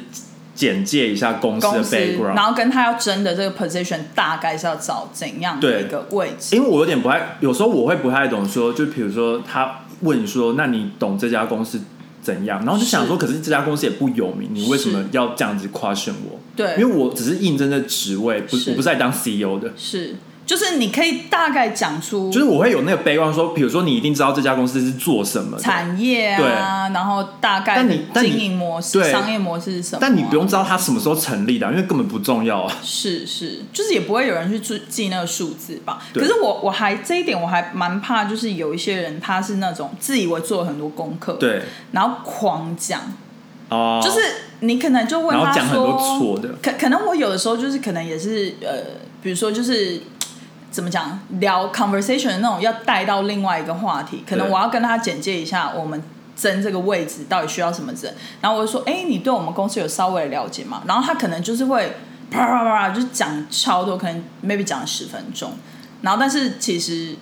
Speaker 1: 简介一下公司
Speaker 2: 公
Speaker 1: 的
Speaker 2: 司，
Speaker 1: background，
Speaker 2: 然后跟他要争的这个 position 大概是要找怎样的
Speaker 1: 对
Speaker 2: 一个位置？
Speaker 1: 因为我有点不太，有时候我会不太懂说，就比如说他问你说，那你懂这家公司怎样？然后就想说，可是这家公司也不有名，你为什么
Speaker 2: 是
Speaker 1: 要这样子 question 我？
Speaker 2: 对，
Speaker 1: 因为我只是应征的职位，不
Speaker 2: 是
Speaker 1: 是我不是来当 CEO 的。
Speaker 2: 是就是你可以大概讲出
Speaker 1: 就是我会有那个 background 说，比如说你一定知道这家公司是做什么的，
Speaker 2: 产业
Speaker 1: 对
Speaker 2: 啊，然后大概
Speaker 1: 但
Speaker 2: 的
Speaker 1: 你但你
Speaker 2: 经营模式、
Speaker 1: 对
Speaker 2: 商业模式是什么啊、
Speaker 1: 但你不用知道它什么时候成立的啊、因为根本不重要啊。
Speaker 2: 是是，就是也不会有人去记记那个数字吧。
Speaker 1: 对
Speaker 2: 可是我我还这一点我还蛮怕，就是有一些人他是那种自以为做了很多功课，，
Speaker 1: 对，
Speaker 2: 然后狂讲，
Speaker 1: 哦、
Speaker 2: 哦就是你可能就问
Speaker 1: 然后
Speaker 2: 他
Speaker 1: 讲很多
Speaker 2: 说，
Speaker 1: 错的，
Speaker 2: 可可能我有的时候就是可能也是呃，比如说就是。怎么讲？聊 conversation 的那种要带到另外一个话题，可能
Speaker 1: 对
Speaker 2: 我要跟他简介一下我们争这个位置到底需要什么争，然后我就说，哎，你对我们公司有稍微了解吗？然后他可能就是会啪啪啪啪就讲超多，可能 maybe 讲了十分钟，然后但是其实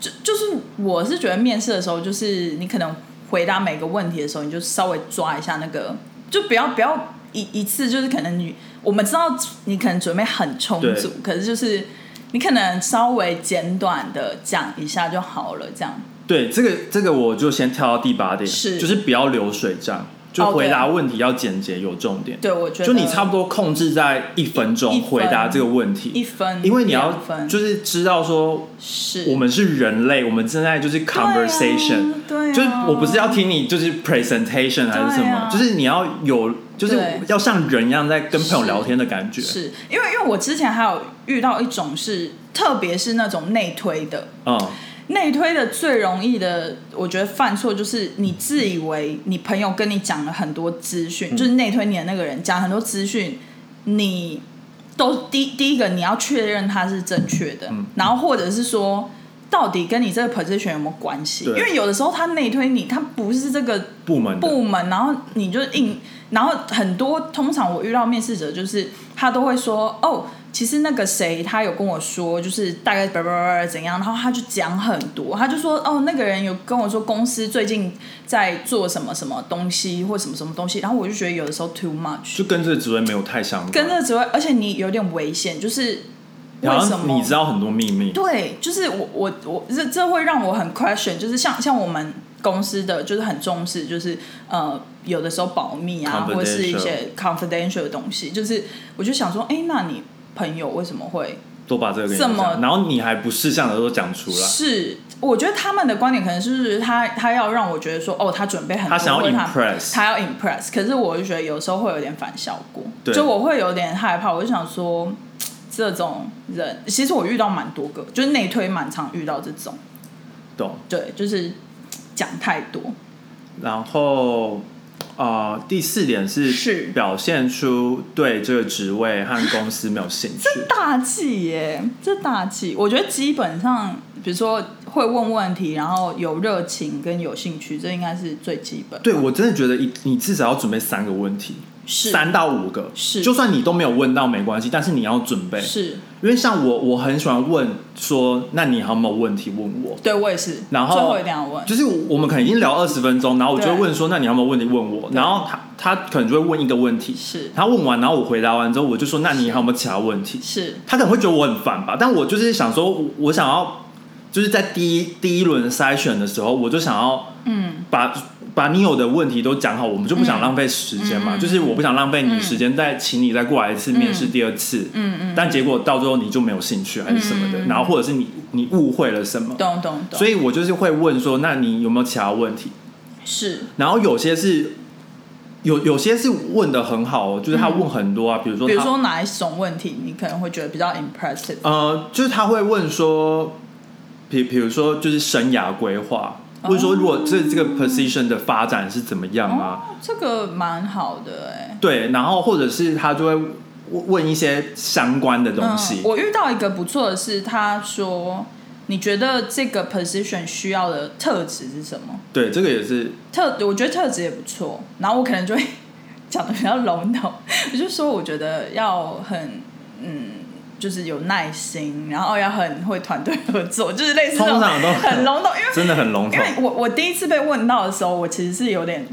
Speaker 2: 就就是我是觉得面试的时候，就是你可能回答每个问题的时候，你就稍微抓一下那个，就不要不要一一次就是可能你我们知道你可能准备很充足，可是就是你可能稍微简短的讲一下就好了，这样
Speaker 1: 对这个这个我就先跳到第八点，
Speaker 2: 是
Speaker 1: 就是不要流水账，就
Speaker 2: 哦对
Speaker 1: 回答问题要简洁有重点。
Speaker 2: 对我觉得
Speaker 1: 就你差不多控制在一分
Speaker 2: 一
Speaker 1: 钟
Speaker 2: 分
Speaker 1: 回答这个问
Speaker 2: 一
Speaker 1: 题，
Speaker 2: 分，
Speaker 1: 因为你要
Speaker 2: 两分
Speaker 1: 就是知道说
Speaker 2: 是
Speaker 1: 我们是人类，我们正在就是
Speaker 2: 对啊
Speaker 1: conversation，、
Speaker 2: 对啊，
Speaker 1: 就是我不是要听你就是 presentation 还是什
Speaker 2: 对
Speaker 1: 么，
Speaker 2: 啊
Speaker 1: 就是你要有就是
Speaker 2: 对
Speaker 1: 要像人一样在跟朋友
Speaker 2: 是
Speaker 1: 聊天的感觉。
Speaker 2: 是因为因为我之前还有遇到一种是，特别是那种内推的，
Speaker 1: 嗯，
Speaker 2: 内推的最容易的，我觉得犯错就是你自以为你朋友跟你讲了很多资讯，就是内推你的那个人讲很多资讯，你都第第一个你要确认它是正确的，然后或者是说到底跟你这个 position 有没有关系？因
Speaker 1: 对
Speaker 2: 为有的时候他内推你，他不是这个
Speaker 1: 部门的
Speaker 2: 部门，然后你就硬，然后很多通常我遇到面试者就是他都会说哦，其实那个谁他有跟我说，就是大概叭叭叭叭怎样，然后他就讲很多，他就说哦那个人有跟我说公司最近在做什么什么东西或什么什么东西，然后我就觉得有的时候 too much，
Speaker 1: 就跟这个职位没有太相关，
Speaker 2: 跟这个职位，而且你有点危险，就是为
Speaker 1: 好
Speaker 2: 什
Speaker 1: 像
Speaker 2: 么
Speaker 1: 你知道很多秘密，
Speaker 2: 对，就是我我我这这会让我很 question，就是像像我们公司的就是很重视，就是呃有的时候保密啊，或者是一些 confidential 的东西，就是我就想说，哎，那你朋友为什么会
Speaker 1: 都把这个给你
Speaker 2: 这么
Speaker 1: 讲，然后你还不识相的都讲出来，
Speaker 2: 是？我觉得他们的观点可能是他他要让我觉得说，哦，他准备很多，
Speaker 1: 他想要
Speaker 2: 或者他
Speaker 1: impress
Speaker 2: 他要 impress，可是我就觉得有时候会有点反效果，
Speaker 1: 对
Speaker 2: 就我会有点害怕，我就想说。嘖这种人，其实我遇到蛮多个，就是内推蛮常遇到这种。
Speaker 1: 懂？
Speaker 2: 对，就是讲太多。
Speaker 1: 然后啊、呃第四点
Speaker 2: 是
Speaker 1: 是表现出对这个职位和公司没有兴趣，
Speaker 2: 大忌耶，这大忌。我觉得基本上，比如说会问问题，然后有热情跟有兴趣，这应该是最基本。
Speaker 1: 对我真的觉得一你至少要准备三个问题，
Speaker 2: 是
Speaker 1: 三到五个，
Speaker 2: 是
Speaker 1: 就算你都没有问到没关系，但是你要准备，
Speaker 2: 是，
Speaker 1: 因为像我我很喜欢问说，那你还有没有问题问我？
Speaker 2: 对我也是。
Speaker 1: 然后
Speaker 2: 最后一定要问，
Speaker 1: 就是我们可能已经聊二十分钟，然后我就会
Speaker 2: 对
Speaker 1: 问说，那你有没有问题问我？然后他他可能就会问一个问题，
Speaker 2: 是
Speaker 1: 他问完，然后我回答完之后，我就说，那你还有没有其他问题？
Speaker 2: 是
Speaker 1: 他可能会觉得我很烦吧，但我就是想说，我我想要就是在第一第一轮筛选的时候，我就想要
Speaker 2: 嗯
Speaker 1: 把把你有的问题都讲好，我们就不想浪费时间
Speaker 2: 嗯
Speaker 1: 嘛，就是我不想浪费你时间，再请你再过来一次面试第二次，
Speaker 2: 嗯嗯，
Speaker 1: 但结果到最后你就没有兴趣还是什么的，然后或者是你你误会了什么，
Speaker 2: 懂懂懂。
Speaker 1: 所
Speaker 2: 以
Speaker 1: 以我就是会问说，那你有没有其他问题？
Speaker 2: 是
Speaker 1: 然后有些是有有些是问的很好哦，就是他问很多啊，比如说
Speaker 2: 比
Speaker 1: 他
Speaker 2: 如说哪一种问题，你可能会觉得比较 impressive？
Speaker 1: 呃，就是他会问说，比比如说就是生涯规划，
Speaker 2: 哦
Speaker 1: 或者说如果这这个 position 的发展是怎么样啊？
Speaker 2: 哦，这个蛮好的哎、
Speaker 1: 对，然后或者是他就会问问一些相关的东西
Speaker 2: 嗯。。我遇到一个不错的是，他说：“你觉得这个 position 需要的特质是什么
Speaker 1: 对，这个也是，？”
Speaker 2: 特，我觉得特质也不错。然后我可能就会 讲的比较笼统， 我就说我觉得要很嗯，就是有耐心，然后要很会团队合作，就是类似这
Speaker 1: 通
Speaker 2: 种
Speaker 1: 常都
Speaker 2: 很笼统，因为
Speaker 1: 真的很笼
Speaker 2: 因
Speaker 1: 统。
Speaker 2: 为我我第一次被问到的时候，我其实是有点，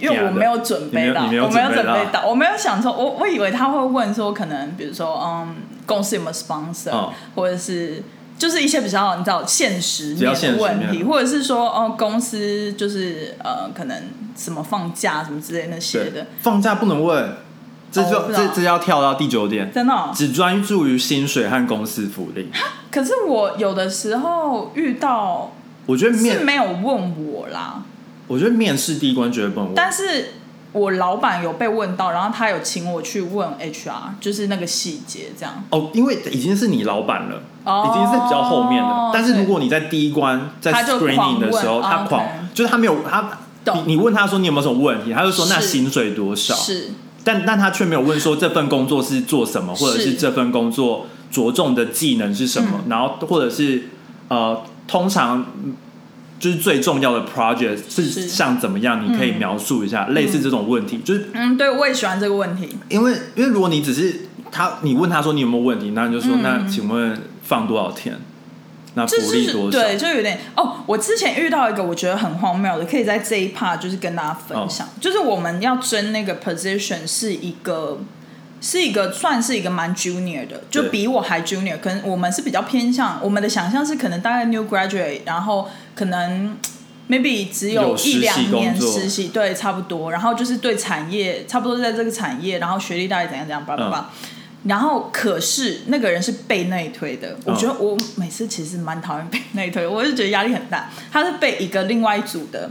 Speaker 2: 因为我没有准备到，
Speaker 1: 你没有
Speaker 2: 我没有
Speaker 1: 你没有
Speaker 2: 准
Speaker 1: 准备
Speaker 2: 备到，我没有想说，我我以为他会问说，可能比如说，嗯，公司有没有 sponsor，、
Speaker 1: 嗯
Speaker 2: 或者是就是一些比较你知道现实
Speaker 1: 比较
Speaker 2: 面
Speaker 1: 现
Speaker 2: 的
Speaker 1: 实
Speaker 2: 问题，
Speaker 1: 面
Speaker 2: 或者是说，哦，公司就是呃，可能什么放假什么之类那些
Speaker 1: 对
Speaker 2: 的，，
Speaker 1: 放假不能问，这就、
Speaker 2: 哦我不知道
Speaker 1: 这这要跳到第九点，
Speaker 2: 真的哦、
Speaker 1: 只专注于薪水和公司福利。
Speaker 2: 可是我有的时候遇到
Speaker 1: 我觉得
Speaker 2: 是
Speaker 1: 面，
Speaker 2: 没有问我啦，
Speaker 1: 我觉得面试第一关绝对不能问。
Speaker 2: 但是我老板有被问到，然后他有请我去问 HR，就是那个细节这样。
Speaker 1: 哦，因为已经是你老板了，
Speaker 2: 哦
Speaker 1: 已经是比较后面的。但是
Speaker 2: 对
Speaker 1: 如果你在第一关在
Speaker 2: 他就狂
Speaker 1: screening 的时候，
Speaker 2: 问
Speaker 1: 他
Speaker 2: 哦
Speaker 1: 狂
Speaker 2: OK
Speaker 1: 就是他没有他，
Speaker 2: 懂
Speaker 1: 你你问他说你有没有什么问题，他就说
Speaker 2: 是
Speaker 1: 那薪水多少，
Speaker 2: 是
Speaker 1: 但但他却没有问说这份工作是做什么，或者是
Speaker 2: 是嗯
Speaker 1: 这份工作着重的技能是什么，然后或者是呃，通常嗯就是最重要的 project 是
Speaker 2: 是
Speaker 1: 像怎么样，你可以描述一下、类似这种问题，就是
Speaker 2: 嗯，对，我也喜欢这个问题。
Speaker 1: 因为因为如果你只是他，你问他说你有没有问题，那你就说、
Speaker 2: 嗯
Speaker 1: 那请问放多少天，那
Speaker 2: 就
Speaker 1: 福利
Speaker 2: 是
Speaker 1: 多少？
Speaker 2: 对，就有点哦。我之前遇到一个我觉得很荒谬的，可以在这一 part 就是跟大家
Speaker 1: 哦
Speaker 2: 分享，就是我们要争那个 position 是一个是一个算是一个蛮 junior 的，就
Speaker 1: 对
Speaker 2: 比我还 junior。可能我们是比较偏向我们的想象是可能大概 new graduate，然后可能 maybe 只
Speaker 1: 有实习
Speaker 2: 一两年
Speaker 1: 工作
Speaker 2: 实习，对，差不多。然后就是对产业差不多在这个产业，然后学历大概怎样怎样，叭叭叭。
Speaker 1: 嗯
Speaker 2: 然后，可是那个人是被内推的。我觉得我每次其实蛮讨厌被内推，我就觉得压力很大。他是被一个另外一组的，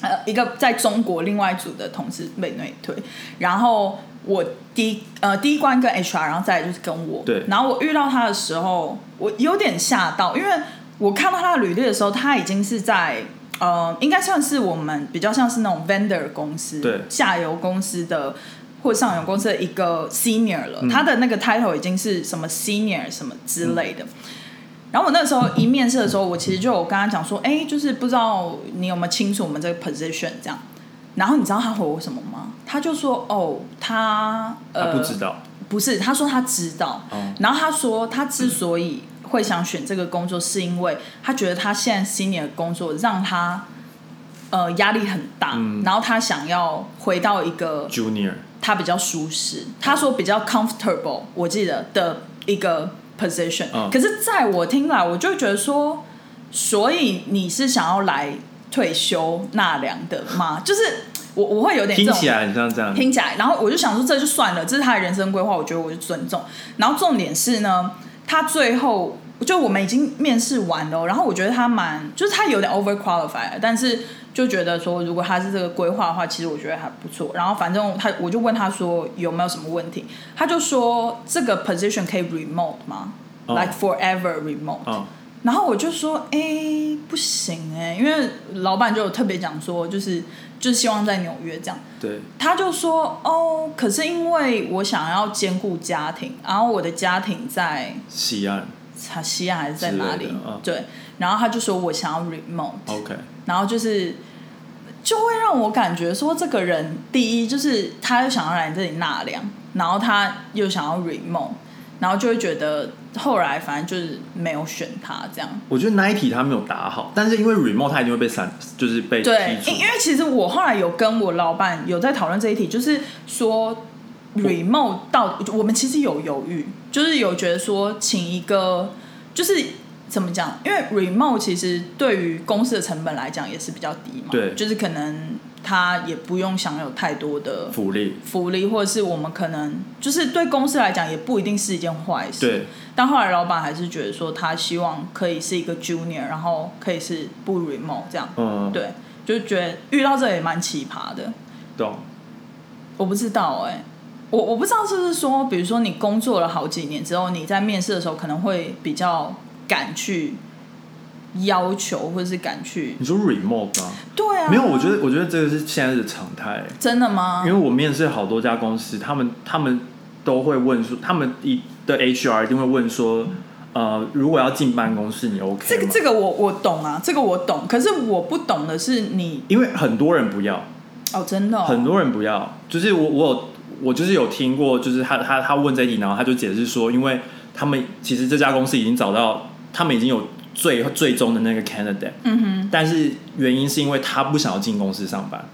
Speaker 2: 呃，一个在中国另外一组的同事被内推。然后我第一呃第一关跟 HR，然后再来就是跟我。
Speaker 1: 对
Speaker 2: 然后我遇到他的时候，我有点吓到，因为我看到他的履历的时候，他已经是在呃，应该算是我们比较像是那种 vendor 公司，
Speaker 1: 对
Speaker 2: 下游公司的。或上游公司的一个 senior 了，
Speaker 1: 嗯
Speaker 2: 他的那个 title 已经是什么 senior 什么之类的。然后我那时候一面试的时候，我其实就有跟他讲说，哎，就是不知道你有没有清楚我们这个 position 这样。然后你知道他回我什么吗？他就说，哦，他
Speaker 1: 他
Speaker 2: 呃
Speaker 1: 不知道，
Speaker 2: 不是，他说他知道，
Speaker 1: 哦
Speaker 2: 然后他说他之所以会想选这个工作，是因为他觉得他现在 senior 的工作让他呃压力很大，
Speaker 1: 嗯
Speaker 2: 然后他想要回到一个
Speaker 1: junior
Speaker 2: 他比较舒适，他说比较 comfortable，我记得的一个 position、
Speaker 1: 嗯
Speaker 2: 可是在我听来，我就觉得说，所以你是想要来退休纳凉的吗？就是我我会有点这
Speaker 1: 听
Speaker 2: 种
Speaker 1: 起来很像这样，
Speaker 2: 听起来，然后我就想说这就算了，这是他的人生规划，我觉得我就尊重。然后重点是呢，他最后就我们已经面试完了哦，然后我觉得他蛮就是他有点 over qualified，但是就觉得说如果他是这个规划的话，其实我觉得还不错。然后反正他我就问他说有没有什么问题，他就说这个 position 可以 remote 吗、
Speaker 1: 哦
Speaker 2: l i k e forever remote。
Speaker 1: 哦，
Speaker 2: 然后我就说，哎、不行哎、因为老板就有特别讲说，就是就是希望在纽约这样。
Speaker 1: 对，
Speaker 2: 他就说：“哦，可是因为我想要兼顾家庭，然后我的家庭在
Speaker 1: 西岸
Speaker 2: 查西亚还是在哪
Speaker 1: 之
Speaker 2: 里
Speaker 1: 类的？嗯
Speaker 2: 对，然后他就说我想要 remote，、
Speaker 1: ，OK，
Speaker 2: 然后就是就会让我感觉说，这个人第一就是他又想要来这里纳凉，然后他又想要 remote，然后就会觉得后来反正就是没有选他这样。
Speaker 1: 我觉得那一题他没有答好，但是因为 remote 他一定会被删，就是被踢
Speaker 2: 对，
Speaker 1: 出
Speaker 2: 因因为其实我后来有跟我老板有在讨论这一题，就是说 remote 到我们其实有犹豫，就是有觉得说请一个就是。怎么讲？因为 remote 其实对于公司的成本来讲也是比较低嘛，
Speaker 1: 对
Speaker 2: 就是可能他也不用享有太多的
Speaker 1: 福利，
Speaker 2: 福利，或者是我们可能就是对公司来讲也不一定是一件坏事。
Speaker 1: 对，
Speaker 2: 但后来老板还是觉得说他希望可以是一个 junior，然后可以是不 remote 这样。
Speaker 1: 嗯，
Speaker 2: 对，就觉得遇到这也蛮奇葩的。
Speaker 1: 懂？
Speaker 2: 我不知道哎、我我不知道是不是说，比如说你工作了好几年之后，你在面试的时候可能会比较敢去要求，或者是敢去
Speaker 1: 你说 remote 吗？
Speaker 2: 对啊，
Speaker 1: 没有，我觉得我觉得这个是现在的常态，
Speaker 2: 真的吗
Speaker 1: 因为？我面试好多家公司，他们他们都会问说，他们一的 HR 一定会问说，呃，如果要进办公室，你 OK 吗？
Speaker 2: 这个这个我我懂啊，这个我懂。可是我不懂的是你
Speaker 1: 因为很多人不要，
Speaker 2: 哦，真的、哦、
Speaker 1: 很多人不要，就是我我有我就是有听过，就是他他他问这一题，然后他就解释说，因为他们其实这家公司已经找到，他们已经有最最终的那个 candidate，
Speaker 2: 嗯哼，
Speaker 1: 但是原因是因为他不想要进公司上班，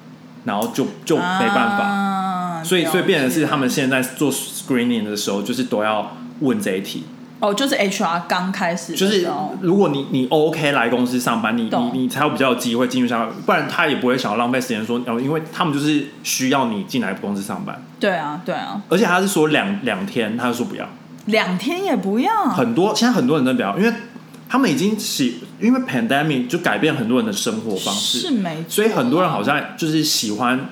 Speaker 1: 然后就就没办法，
Speaker 2: 啊、
Speaker 1: 所以所以变成是他们
Speaker 2: 了解
Speaker 1: 现在做 screening 的时候，就是都要问这一题，
Speaker 2: 哦，就是 HR 刚开始的
Speaker 1: 就是
Speaker 2: 时候
Speaker 1: 如果你你 OK 来公司上班，你
Speaker 2: 懂
Speaker 1: 你你才有比较有机会进去上班，不然他也不会想要浪费时间说，哦，因为他们就是需要你进来公司上班。
Speaker 2: 对啊对啊，
Speaker 1: 而且他是说两两天，他就说不要。
Speaker 2: 两天也不要，
Speaker 1: 很多现在很多人都不要，因为他们已经喜，因为 pandemic 就改变很多人的生活方
Speaker 2: 是
Speaker 1: 式，
Speaker 2: 没错，
Speaker 1: 所以很多人好像就是喜欢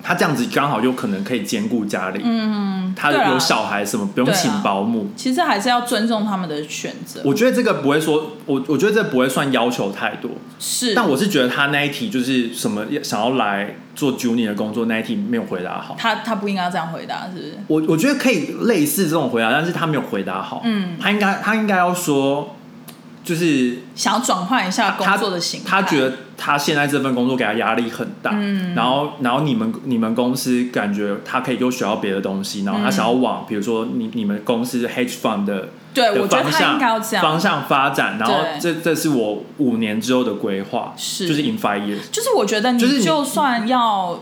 Speaker 1: 他这样子，刚好就可能可以兼顾家里，
Speaker 2: 嗯，
Speaker 1: 他
Speaker 2: 对啊
Speaker 1: 有小孩什么不用
Speaker 2: 对啊
Speaker 1: 请保姆。
Speaker 2: 其实还是要尊重他们的选择。
Speaker 1: 我觉得这个不会说，我我觉得这不会算要求太多，
Speaker 2: 是，
Speaker 1: 但我是觉得他那一题就是什么想要来做 junior 的工作那一题没有回答好。
Speaker 2: 他他不应该这样回答，是不是？
Speaker 1: 我我觉得可以类似这种回答，但是他没有回答好。
Speaker 2: 嗯
Speaker 1: 他应该他应该要说，就是
Speaker 2: 想要转换一下工
Speaker 1: 他
Speaker 2: 作的形态，
Speaker 1: 他觉得他现在这份工作给他压力很大，
Speaker 2: 嗯
Speaker 1: 然后然后你们你们公司感觉他可以又学到别的东西，然后
Speaker 2: 嗯
Speaker 1: 他想要往、比如说你你们公司 hedge fund 的
Speaker 2: 对，
Speaker 1: 的
Speaker 2: 我觉
Speaker 1: 方
Speaker 2: 得他
Speaker 1: 向
Speaker 2: 应该要这样，
Speaker 1: 方向发展，然后
Speaker 2: 对
Speaker 1: 这这是我五年之后的规划，
Speaker 2: 是
Speaker 1: 就是 in five years，
Speaker 2: 就是我觉得
Speaker 1: 就是你
Speaker 2: 你就算要，呃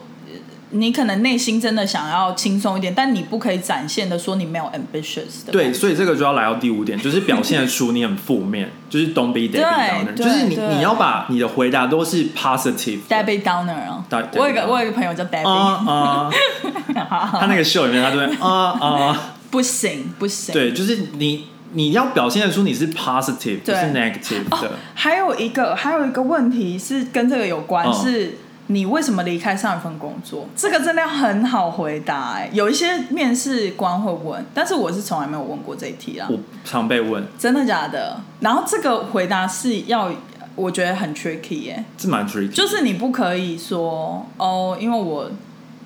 Speaker 2: 你可能内心真的想要轻松一点，但你不可以展现的说你没有 ambitious 的。
Speaker 1: 对，，所以这个就要来到第五点，就是表现出你很负 面，就是 don't be d e b b i
Speaker 2: 对
Speaker 1: 就是你
Speaker 2: 对
Speaker 1: 你要把你的回答都是 positive 的。
Speaker 2: Debbie Downer 啊
Speaker 1: 对，Debbie，
Speaker 2: 我有一个
Speaker 1: Downer
Speaker 2: 我有一个朋友叫 Debbie，、
Speaker 1: 啊 啊！他那个秀里面，他就会啊啊，
Speaker 2: 不行不行。
Speaker 1: 对，就是你你要表现得出你是 positive，不
Speaker 2: 对
Speaker 1: 是 negative
Speaker 2: 哦
Speaker 1: 的。，
Speaker 2: 还有一个还有一个问题是跟这个有关，
Speaker 1: 嗯
Speaker 2: 是你为什么离开上一份工作？这个真的很好回答、哎，有一些面试官会问，但是我是从来没有问过这一题啦，
Speaker 1: 我常被问，
Speaker 2: 真的假的？然后这个回答是要我觉得很 tricky 哎、
Speaker 1: 这蛮 tricky，
Speaker 2: 就是你不可以说哦，因为我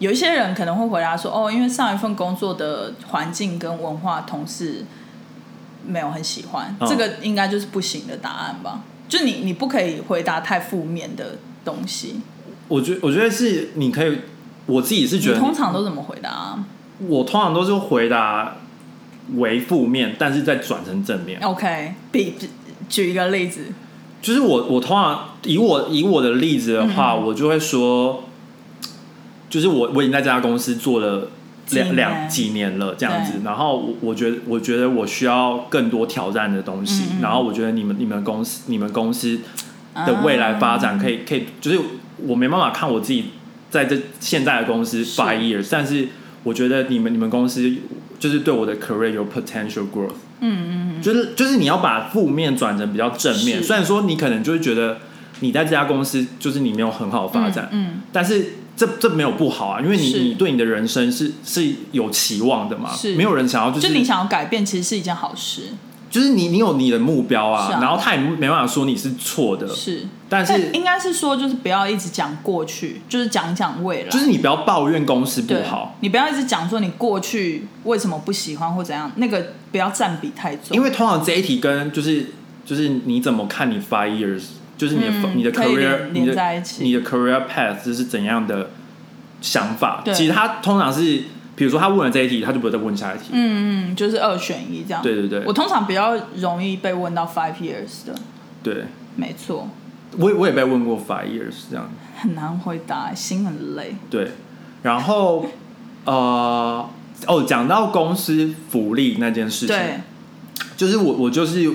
Speaker 2: 有一些人可能会回答说哦，因为上一份工作的环境跟文化，同事没有很喜欢，
Speaker 1: 嗯
Speaker 2: 这个应该就是不行的答案吧？就你你不可以回答太负面的东西。
Speaker 1: 我觉我觉得是你可以，我自己是
Speaker 2: 你
Speaker 1: 觉得
Speaker 2: 通常都怎么回答啊
Speaker 1: 我通常都是回答为负面，但是再转成正面。
Speaker 2: ？OK，比比举一个例子，
Speaker 1: 就是我我通常以我以我的例子的话，
Speaker 2: 嗯
Speaker 1: 我就会说，就是我我已经在这家公司做了
Speaker 2: 几
Speaker 1: 两
Speaker 2: 年
Speaker 1: 两几年了这样子，然后我我觉得我觉得我需要更多挑战的东西，
Speaker 2: 嗯嗯
Speaker 1: 然后我觉得你们你们公司你们公司
Speaker 2: 啊
Speaker 1: 的
Speaker 2: 嗯
Speaker 1: 未来发展可以、可以，就是我没办法看我自己在这现在的公司
Speaker 2: 是
Speaker 1: five years，但是我觉得你们你们公司就是对我的 career 有 potential growth。
Speaker 2: 嗯嗯嗯，
Speaker 1: 就是就是你要把负面转成比较正面。
Speaker 2: 是
Speaker 1: 虽然说你可能就会觉得你在这家公司就是你没有很好的发展，
Speaker 2: 嗯，
Speaker 1: 但是这这没有不好啊，因为你
Speaker 2: 是
Speaker 1: 你对你的人生是是有期望的嘛，
Speaker 2: 是
Speaker 1: 没有人想要
Speaker 2: 嗯
Speaker 1: 就是
Speaker 2: 就你想要改变，其实是一件好事，
Speaker 1: 就是你你有你的目标啊，
Speaker 2: 是啊
Speaker 1: 然后他也没办法说你是错的，
Speaker 2: 是。
Speaker 1: 但是
Speaker 2: 应该是说，就是不要一直讲过去，就是讲讲未来。
Speaker 1: 就是你不要抱怨公司不
Speaker 2: 对，
Speaker 1: 好。
Speaker 2: 你不要一直讲说你过去为什么不喜欢或怎样，那个不要占比太重。
Speaker 1: 因
Speaker 2: 为
Speaker 1: 为通常这一题跟就是就是你怎么看你 five years，就是你的、
Speaker 2: 嗯
Speaker 1: 你的
Speaker 2: 可以
Speaker 1: career，你
Speaker 2: 连连
Speaker 1: 的
Speaker 2: 在一起
Speaker 1: 你的 career path 这是怎样的想法？
Speaker 2: 对
Speaker 1: 其实他通常是，比如说他问了这一题，他就不会再问下一题。
Speaker 2: 嗯嗯，就是二选一这样。
Speaker 1: 对对对
Speaker 2: 我通常比较容易被问到 five years 的，
Speaker 1: 对，
Speaker 2: 没错，
Speaker 1: 我也我也被问过 five years 这样。
Speaker 2: 很难回答，心很累。
Speaker 1: 对，然后呃哦，讲到公司福利那件事情，
Speaker 2: 对，
Speaker 1: 就是我我就是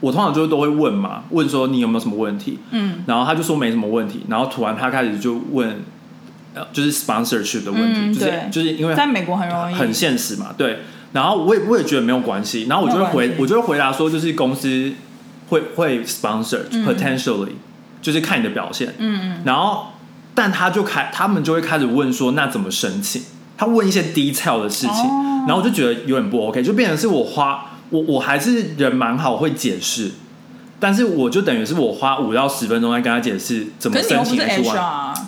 Speaker 1: 我通常就都会问嘛，问说你有没有什么问题？
Speaker 2: 嗯
Speaker 1: 然后他就说没什么问题，然后突然他开始就问，呃，就是 sponsorship 的问题，
Speaker 2: 嗯
Speaker 1: 就是
Speaker 2: 对
Speaker 1: 就是因为
Speaker 2: 在美国很容易，
Speaker 1: 很现实嘛，对。然后我也我也觉得没有关系，然后我就会
Speaker 2: 没有关
Speaker 1: 回
Speaker 2: 系
Speaker 1: 我就会回答说，就是公司会会 sponsor
Speaker 2: 嗯
Speaker 1: potentially，、就是看你的表现，嗯嗯，然后但他就开，他们就会开始问说那怎么申请，他问一些 detail 的事情，
Speaker 2: 哦
Speaker 1: 然后我就觉得有点不 OK，就变成是我花我我还是人蛮好会解释，但是我就等于是我花五到十分钟在跟他解释怎么
Speaker 2: 可是你又
Speaker 1: 申
Speaker 2: 不
Speaker 1: 请
Speaker 2: 是
Speaker 1: H one，
Speaker 2: HR，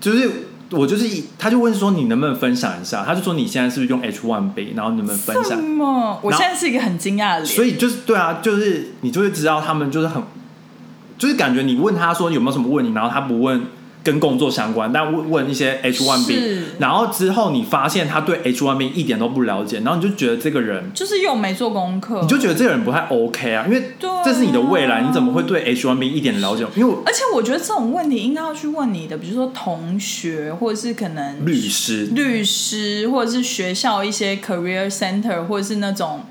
Speaker 1: 就是我就是一他就问说你能不能分享一下，他就说你现在是不是用 H one B，然后你能不能分
Speaker 2: 这
Speaker 1: 享？
Speaker 2: 么，我
Speaker 1: 然后
Speaker 2: 现在是一个很惊讶的脸，
Speaker 1: 所以就是对啊，就是你就会知道他们就是很，就是感觉你问他说有没有什么问题，然后他不问跟工作相关，但问问一些 H one B，
Speaker 2: 是
Speaker 1: 然后之后你发现他对 H one B 一点都不了解，然后你就觉得这个人，
Speaker 2: 就是又没做功课，
Speaker 1: 你就觉得这个人不太 OK 啊，因为
Speaker 2: 对啊
Speaker 1: 这是你的未来，你怎么会对 H one B 一点了解？因为我
Speaker 2: 而且我觉得这种问题应该要去问你的，比如说同学，或者是可能
Speaker 1: 律师
Speaker 2: 律师，或者是学校一些 career center，或者是那种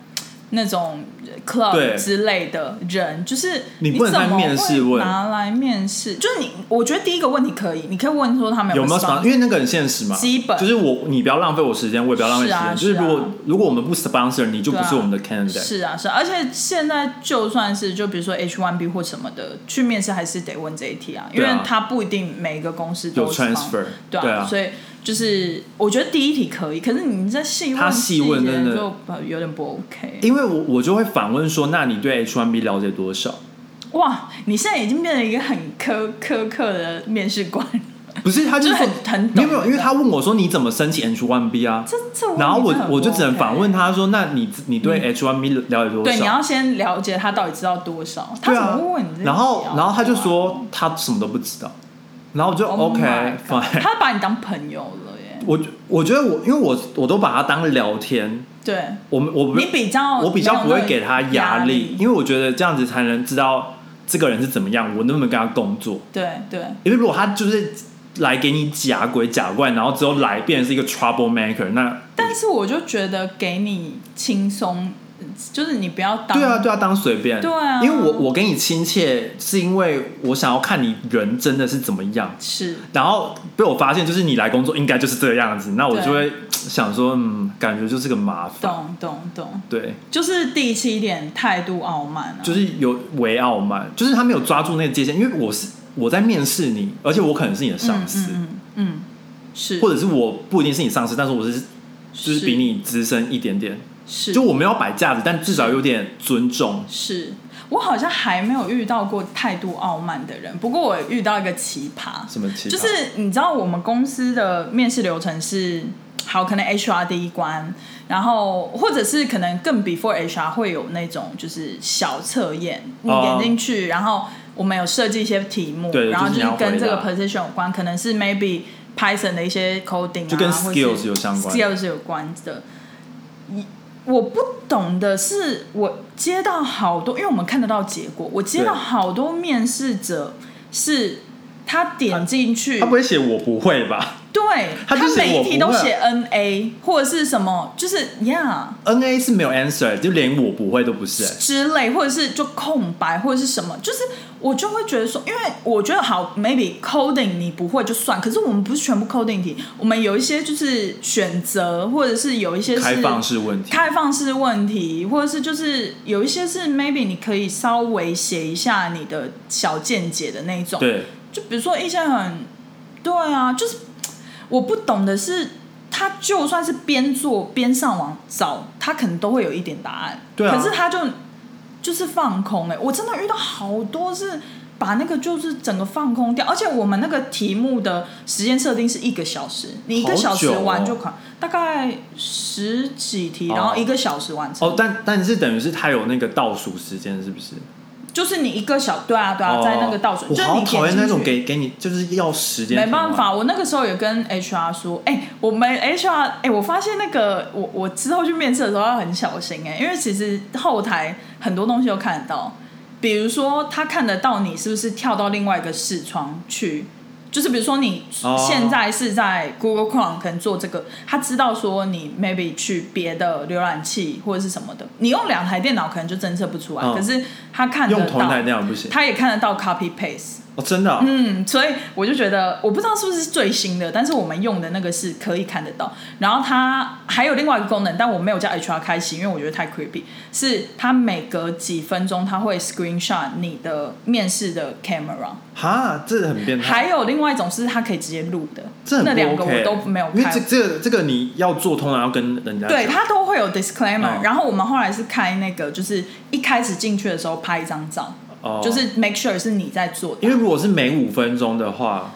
Speaker 2: 那种 club
Speaker 1: 对
Speaker 2: 之类的人，就是
Speaker 1: 你
Speaker 2: 你
Speaker 1: 不能
Speaker 2: 怎么
Speaker 1: 在面试
Speaker 2: 会
Speaker 1: 问
Speaker 2: 拿来面试，就是你，我觉得第一个问题可以，你可以问说他们
Speaker 1: 有
Speaker 2: 没
Speaker 1: 没有什么？因为那个很现实嘛，
Speaker 2: 基本
Speaker 1: 就是我你不要浪费我时间，我也不要浪费时
Speaker 2: 是
Speaker 1: 间。
Speaker 2: 啊
Speaker 1: 就是如果
Speaker 2: 是啊
Speaker 1: 如果我们不 sponsor，你就不
Speaker 2: 对啊
Speaker 1: 是我们的 candidate。
Speaker 2: 是啊，是啊，而且现在就算是就比如说 H one B 或什么的，去面试还是得问这一题啊，因
Speaker 1: 对
Speaker 2: 为
Speaker 1: 啊
Speaker 2: 他不一定每个公司都
Speaker 1: 有 transfer，
Speaker 2: 对啊，
Speaker 1: 对啊
Speaker 2: 所以就是我觉得第一题可以，可是你在细问
Speaker 1: 他细问
Speaker 2: 细节
Speaker 1: 真的
Speaker 2: 就呃有点不 OK。
Speaker 1: 因为我我就会反问说，那你对 H1B 了解多少？
Speaker 2: 哇，你现在已经变成一个很苛苛刻的面试官，
Speaker 1: 不是，他
Speaker 2: 就是
Speaker 1: 说
Speaker 2: 很很
Speaker 1: 没
Speaker 2: 懂
Speaker 1: 有没有，因为他问我说你怎么申请 H1B 啊？
Speaker 2: 这 这问题
Speaker 1: 然后我
Speaker 2: 真的很欸
Speaker 1: 我就
Speaker 2: 不
Speaker 1: 只能
Speaker 2: OK
Speaker 1: 反问。他说，那你你对 H1B 了解多少？
Speaker 2: 对，你要先了解他到底知道多少，他
Speaker 1: 对
Speaker 2: 怎
Speaker 1: 啊
Speaker 2: 么会问你这个
Speaker 1: 然后
Speaker 2: 题啊
Speaker 1: 然后他就说他什么都不知道，然后我就
Speaker 2: Oh
Speaker 1: OK
Speaker 2: my god，
Speaker 1: fine。
Speaker 2: 他把你当朋友了耶，
Speaker 1: 我我觉得我因为我我都把它当聊天，
Speaker 2: 对。
Speaker 1: 我们我不
Speaker 2: 你比较，
Speaker 1: 我比较不会给他
Speaker 2: 没有那个
Speaker 1: 压
Speaker 2: 压
Speaker 1: 力，，因为我觉得这样子才能知道这个人是怎么样，我能不能跟他工作。
Speaker 2: 对对，
Speaker 1: 因为如果他就是来给你假鬼假怪，然后之后来变成是一个 trouble maker，那
Speaker 2: 但是我就觉得给你轻松，就是你不要当
Speaker 1: 对啊，对啊，当随便，
Speaker 2: 对啊
Speaker 1: 因为我我跟你亲切，是因为我想要看你人真的是怎么样。
Speaker 2: 是
Speaker 1: 然后被我发现，就是你来工作应该就是这个样子，那我
Speaker 2: 对
Speaker 1: 就会想说，嗯，感觉就是个麻烦，
Speaker 2: 懂懂懂，
Speaker 1: 对，
Speaker 2: 就是第七点态度傲慢啊，
Speaker 1: 就是有为傲慢，就是他没有抓住那个界限，因为我是我在面试你，而且我可能是你的上司，
Speaker 2: 嗯嗯嗯嗯，是
Speaker 1: 或
Speaker 2: 者
Speaker 1: 者是我不一定是你上司，但是我是就是
Speaker 2: 是
Speaker 1: 比你资深一点点，
Speaker 2: 是
Speaker 1: 就我没有摆架子，但至少有点尊重。
Speaker 2: 是我好像还没有遇到过态度傲慢的人，不过我遇到一个奇葩，
Speaker 1: 什么奇葩？
Speaker 2: 就是你知道我们公司的面试流程是，好，可能 HR 第一关，然后或者是可能更 before HR 会有那种就是小测验，你
Speaker 1: 哦
Speaker 2: 点进去，然后我们有设计一些题目，
Speaker 1: 对
Speaker 2: 然后
Speaker 1: 就是你
Speaker 2: 是
Speaker 1: 要
Speaker 2: 跟
Speaker 1: 回
Speaker 2: 这
Speaker 1: 答
Speaker 2: 个 position 有关，可能是 maybe Python 的一些 coding 啊，
Speaker 1: 就跟
Speaker 2: 或是
Speaker 1: skills 有相关
Speaker 2: skills 有关的。你我不懂的是，我接到好多，因为我们看得到结果，我接到
Speaker 1: 对
Speaker 2: 好多面试者是他点进去，
Speaker 1: 他不会写我不会吧
Speaker 2: 对
Speaker 1: 他就写
Speaker 2: 每一
Speaker 1: 我
Speaker 2: 题
Speaker 1: 不
Speaker 2: 都
Speaker 1: 会啊
Speaker 2: 写 N A 或者是什么，就是 Yeah
Speaker 1: ？N A 是没有 answer，就连我不会都不是、欸
Speaker 2: 之类，或者是就空白或者是什么，就是我就会觉得说，因为我觉得好，maybe coding 你不会就算，可是我们不是全部 coding 题，我们有一些就是选择，或者是有一些是
Speaker 1: 开放式问题。
Speaker 2: 开放式问题，或者是就是有一些是 maybe 你可以稍微写一下你的小见解的那一种，
Speaker 1: 对，
Speaker 2: 就比如说一些很，对啊，就是我不懂的是，他就算是边做边上网找，他可能都会有一点答案。
Speaker 1: 对啊
Speaker 2: 可是他就就是放空哎、我真的遇到好多是把那个就是整个放空掉，而且我们那个题目的时间设定是一个小时，你一个
Speaker 1: 好
Speaker 2: 小时
Speaker 1: 久哦
Speaker 2: 完就考，大概十几题，
Speaker 1: 哦
Speaker 2: 然后一个小时完成。
Speaker 1: 哦，但但是等于是他有那个倒数时间，是不是？
Speaker 2: 就是你一个小对啊对啊，
Speaker 1: 哦
Speaker 2: 在那个倒数，
Speaker 1: 我
Speaker 2: 就是
Speaker 1: 好
Speaker 2: 你
Speaker 1: 讨厌那种
Speaker 2: 给。
Speaker 1: 给给你就是要时间，啊
Speaker 2: 没办。法，我那个时候也跟 HR 说，哎、我们 HR，哎、我发现那个我我之后去面试的时候要很小心、哎，因为其实后台很多东西都看得到，比如说他看得到你是不是跳到另外一个视窗去，就是比如说你
Speaker 1: 哦
Speaker 2: 现在是在 Google Chrome 可能做这个，他知道说你 maybe 去别的浏览器或者是什么的，你用两台电脑可能就侦测不出来，
Speaker 1: 嗯
Speaker 2: 可是他看得
Speaker 1: 用
Speaker 2: 到，
Speaker 1: 同一台电脑不行，
Speaker 2: 他也看得到 copy paste，
Speaker 1: 哦，真的啊、
Speaker 2: 嗯，所以我就觉得，我不知道是不是最新的，但是我们用的那个是可以看得到。然后它还有另外一个功能，但我没有叫 HR 开启，因为我觉得太 creepy。是它每隔几分钟，它会 screenshot 你的面试的 camera。
Speaker 1: 哈，这很变态，
Speaker 2: 还有另外一种是它可以直接录的，
Speaker 1: 这很不
Speaker 2: 那
Speaker 1: OK,
Speaker 2: 两个我都没有
Speaker 1: 因为
Speaker 2: 开
Speaker 1: 这。这个这个你要做，通常要跟人家
Speaker 2: 对
Speaker 1: 讲
Speaker 2: 它都会有 disclaimer，、
Speaker 1: 嗯
Speaker 2: 然后我们后来是开那个，就是一开始进去的时候拍一张照，
Speaker 1: 哦
Speaker 2: 就是 make sure 是你在做的
Speaker 1: 因为如果是每五分钟的话，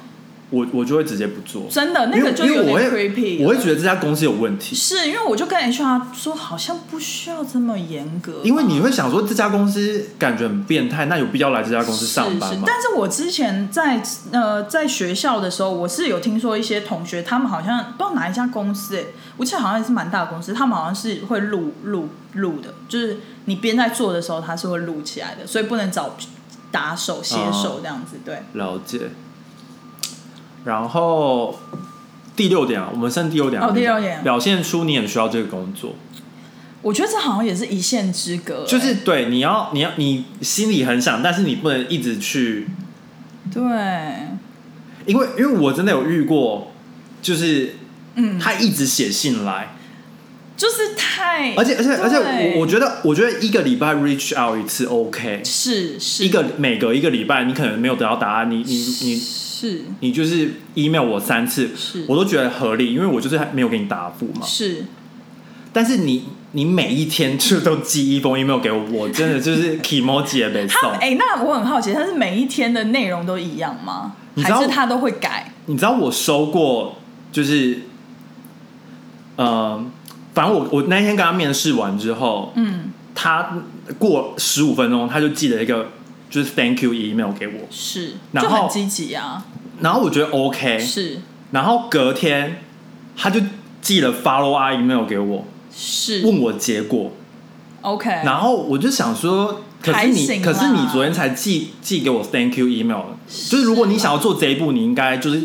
Speaker 1: 我我就会直接不做，
Speaker 2: 真的那
Speaker 1: 因为
Speaker 2: 个就
Speaker 1: 因
Speaker 2: 有
Speaker 1: 为我
Speaker 2: 点
Speaker 1: 会
Speaker 2: creepy 了。
Speaker 1: 我会觉得这家公司有问题，
Speaker 2: 是因为我就跟 HR 说，好像不需要这么严格吧，
Speaker 1: 因为你会想说这家公司感觉很变态，那有必要来这家公司上班
Speaker 2: 是是
Speaker 1: 吗？
Speaker 2: 但是我之前在呃在学校的时候，我是有听说一些同学，他们好像不知道哪一家公司、欸，我记得好像也是蛮大的公司，他们好像是会录录录的，就是你边在做的时候，它是会录起来的，所以不能找打手、写
Speaker 1: 哦
Speaker 2: 手这样子，对。
Speaker 1: 了解。然后第六点啊，我们剩第六点啊
Speaker 2: 哦第六点
Speaker 1: 表现出你很需要这个工作，
Speaker 2: 我觉得这好像也是一线之隔、欸
Speaker 1: 就是对你要你要你心里很想，但是你不能一直去
Speaker 2: 对，
Speaker 1: 因为因为我真的有遇过，就是
Speaker 2: 嗯，
Speaker 1: 他一直写信来，
Speaker 2: 就是太，
Speaker 1: 而且而且而且
Speaker 2: 哎对
Speaker 1: 我我觉得我觉得一个礼拜 reach out 一次 OK，
Speaker 2: 是是
Speaker 1: 一个每隔一个礼拜你可能没有得到答案，你你你
Speaker 2: 是
Speaker 1: 你就是 email 我三次
Speaker 2: 是，
Speaker 1: 我都觉得合理，因为我就是还没有给你答复嘛。
Speaker 2: 是
Speaker 1: 但是你你每一天就都寄一封 email 给我，我真的就是 emoji 也没
Speaker 2: 他
Speaker 1: 送。
Speaker 2: 哎、那我很好奇，他是每一天的内容都一样吗？
Speaker 1: 你知
Speaker 2: 还
Speaker 1: 道
Speaker 2: 是他都会改？
Speaker 1: 你知道我收过，就是，呃，反正我我那天跟他面试完之后，
Speaker 2: 嗯，
Speaker 1: 他过十五分钟他就寄了一个就是 thank you email 给我，
Speaker 2: 是，
Speaker 1: 然
Speaker 2: 就
Speaker 1: 后哎
Speaker 2: 很积极啊，
Speaker 1: 然后我觉得 OK，
Speaker 2: 是
Speaker 1: 然后隔天他就寄了 follow up email 给我，
Speaker 2: 是
Speaker 1: 问我结果，
Speaker 2: ，OK，
Speaker 1: 然后我就想说，可是
Speaker 2: 还行
Speaker 1: 你可是你
Speaker 2: 啦
Speaker 1: 昨天才寄寄给我 thank you email，就是如果你想要做这一步，你应该就是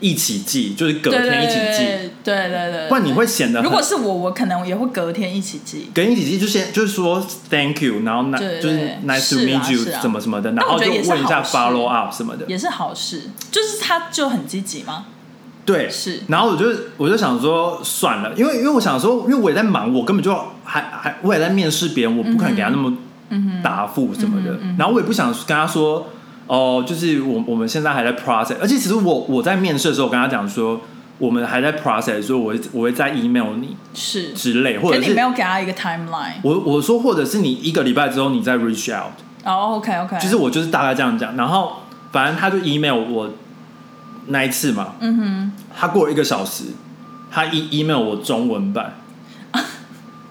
Speaker 1: 一起寄，就是隔
Speaker 2: 对对
Speaker 1: 天一
Speaker 2: 对
Speaker 1: 起
Speaker 2: 对
Speaker 1: 寄。
Speaker 2: 对对对对，
Speaker 1: 不然你会显得
Speaker 2: 如
Speaker 1: 很
Speaker 2: 果是我，我可能也会隔天一起记。
Speaker 1: 跟一起寄就先就是说 thank you，然后那
Speaker 2: 对对
Speaker 1: 就是
Speaker 2: 对
Speaker 1: nice
Speaker 2: 是
Speaker 1: to
Speaker 2: 啊
Speaker 1: meet you
Speaker 2: 是啊
Speaker 1: 怎么什么的，然
Speaker 2: 但我
Speaker 1: 后
Speaker 2: 觉
Speaker 1: 就
Speaker 2: 得也是
Speaker 1: 问一下
Speaker 2: 好事
Speaker 1: follow up 什么的，
Speaker 2: 也是好事，就是他就很积极嘛，
Speaker 1: 对，
Speaker 2: 是
Speaker 1: 然后我就我就想说算了，因为因为我想说，因为我也在忙，我根本就还还我也在面试别人，我不可能给他那么
Speaker 2: 嗯
Speaker 1: 答复什么的，然后我也不想跟他说哦，就是我我们现在还在 process，而且其实我我在面试的时候，我跟他讲说我们还在 process，所以我会我会再 email 你
Speaker 2: 是，
Speaker 1: 之类，或
Speaker 2: 可
Speaker 1: 者
Speaker 2: 你没
Speaker 1: 是
Speaker 2: 有给他一个 timeline，
Speaker 1: 我我说或者是你一个礼拜之后你再 reach out。
Speaker 2: 哦，OK OK，
Speaker 1: 就是我就是大概这样讲，然后反正他就 email 我那一次嘛，
Speaker 2: 嗯哼，
Speaker 1: 他过了一个小时，他 e email 我中文 版，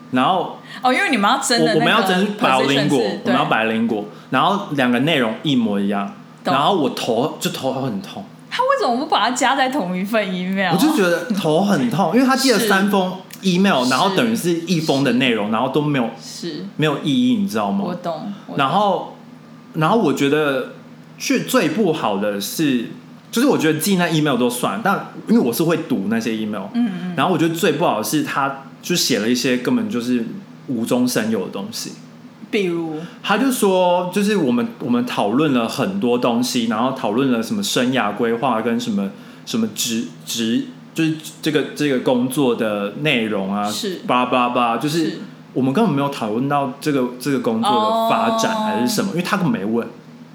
Speaker 1: 然后
Speaker 2: 哦，因为你们要真
Speaker 1: 我
Speaker 2: 的
Speaker 1: 我们要
Speaker 2: 真
Speaker 1: 真白灵果，我们要
Speaker 2: 把
Speaker 1: 白灵果，然后两个内容一模一样，
Speaker 2: 懂
Speaker 1: 然后我头就头很痛，
Speaker 2: 他为什么不把它加在同一份 email？
Speaker 1: 我就觉得头很痛，因为他寄了
Speaker 2: 是
Speaker 1: 三封 email，然后
Speaker 2: 是
Speaker 1: 等于是一封的内容，然后都没有
Speaker 2: 是
Speaker 1: 没有意义，你知道吗？
Speaker 2: 我懂，我懂
Speaker 1: 然后，然后我觉得最最不好的是，就是我觉得寄那 email 都算，但因为我是会读那些 email，
Speaker 2: 嗯嗯，
Speaker 1: 然后我觉得最不好的是他就写了一些根本就是无中生有的东西。
Speaker 2: 比如
Speaker 1: 他就说，就是我们我们讨论了很多东西，然后讨论了什么生涯规划跟什么什么职职，就是这个这个工作的内容啊，
Speaker 2: 是
Speaker 1: 叭叭叭，就是
Speaker 2: 是
Speaker 1: 我们根本没有讨论到这个这个工作的发展
Speaker 2: 哦
Speaker 1: 还是什么，因为他根本没问，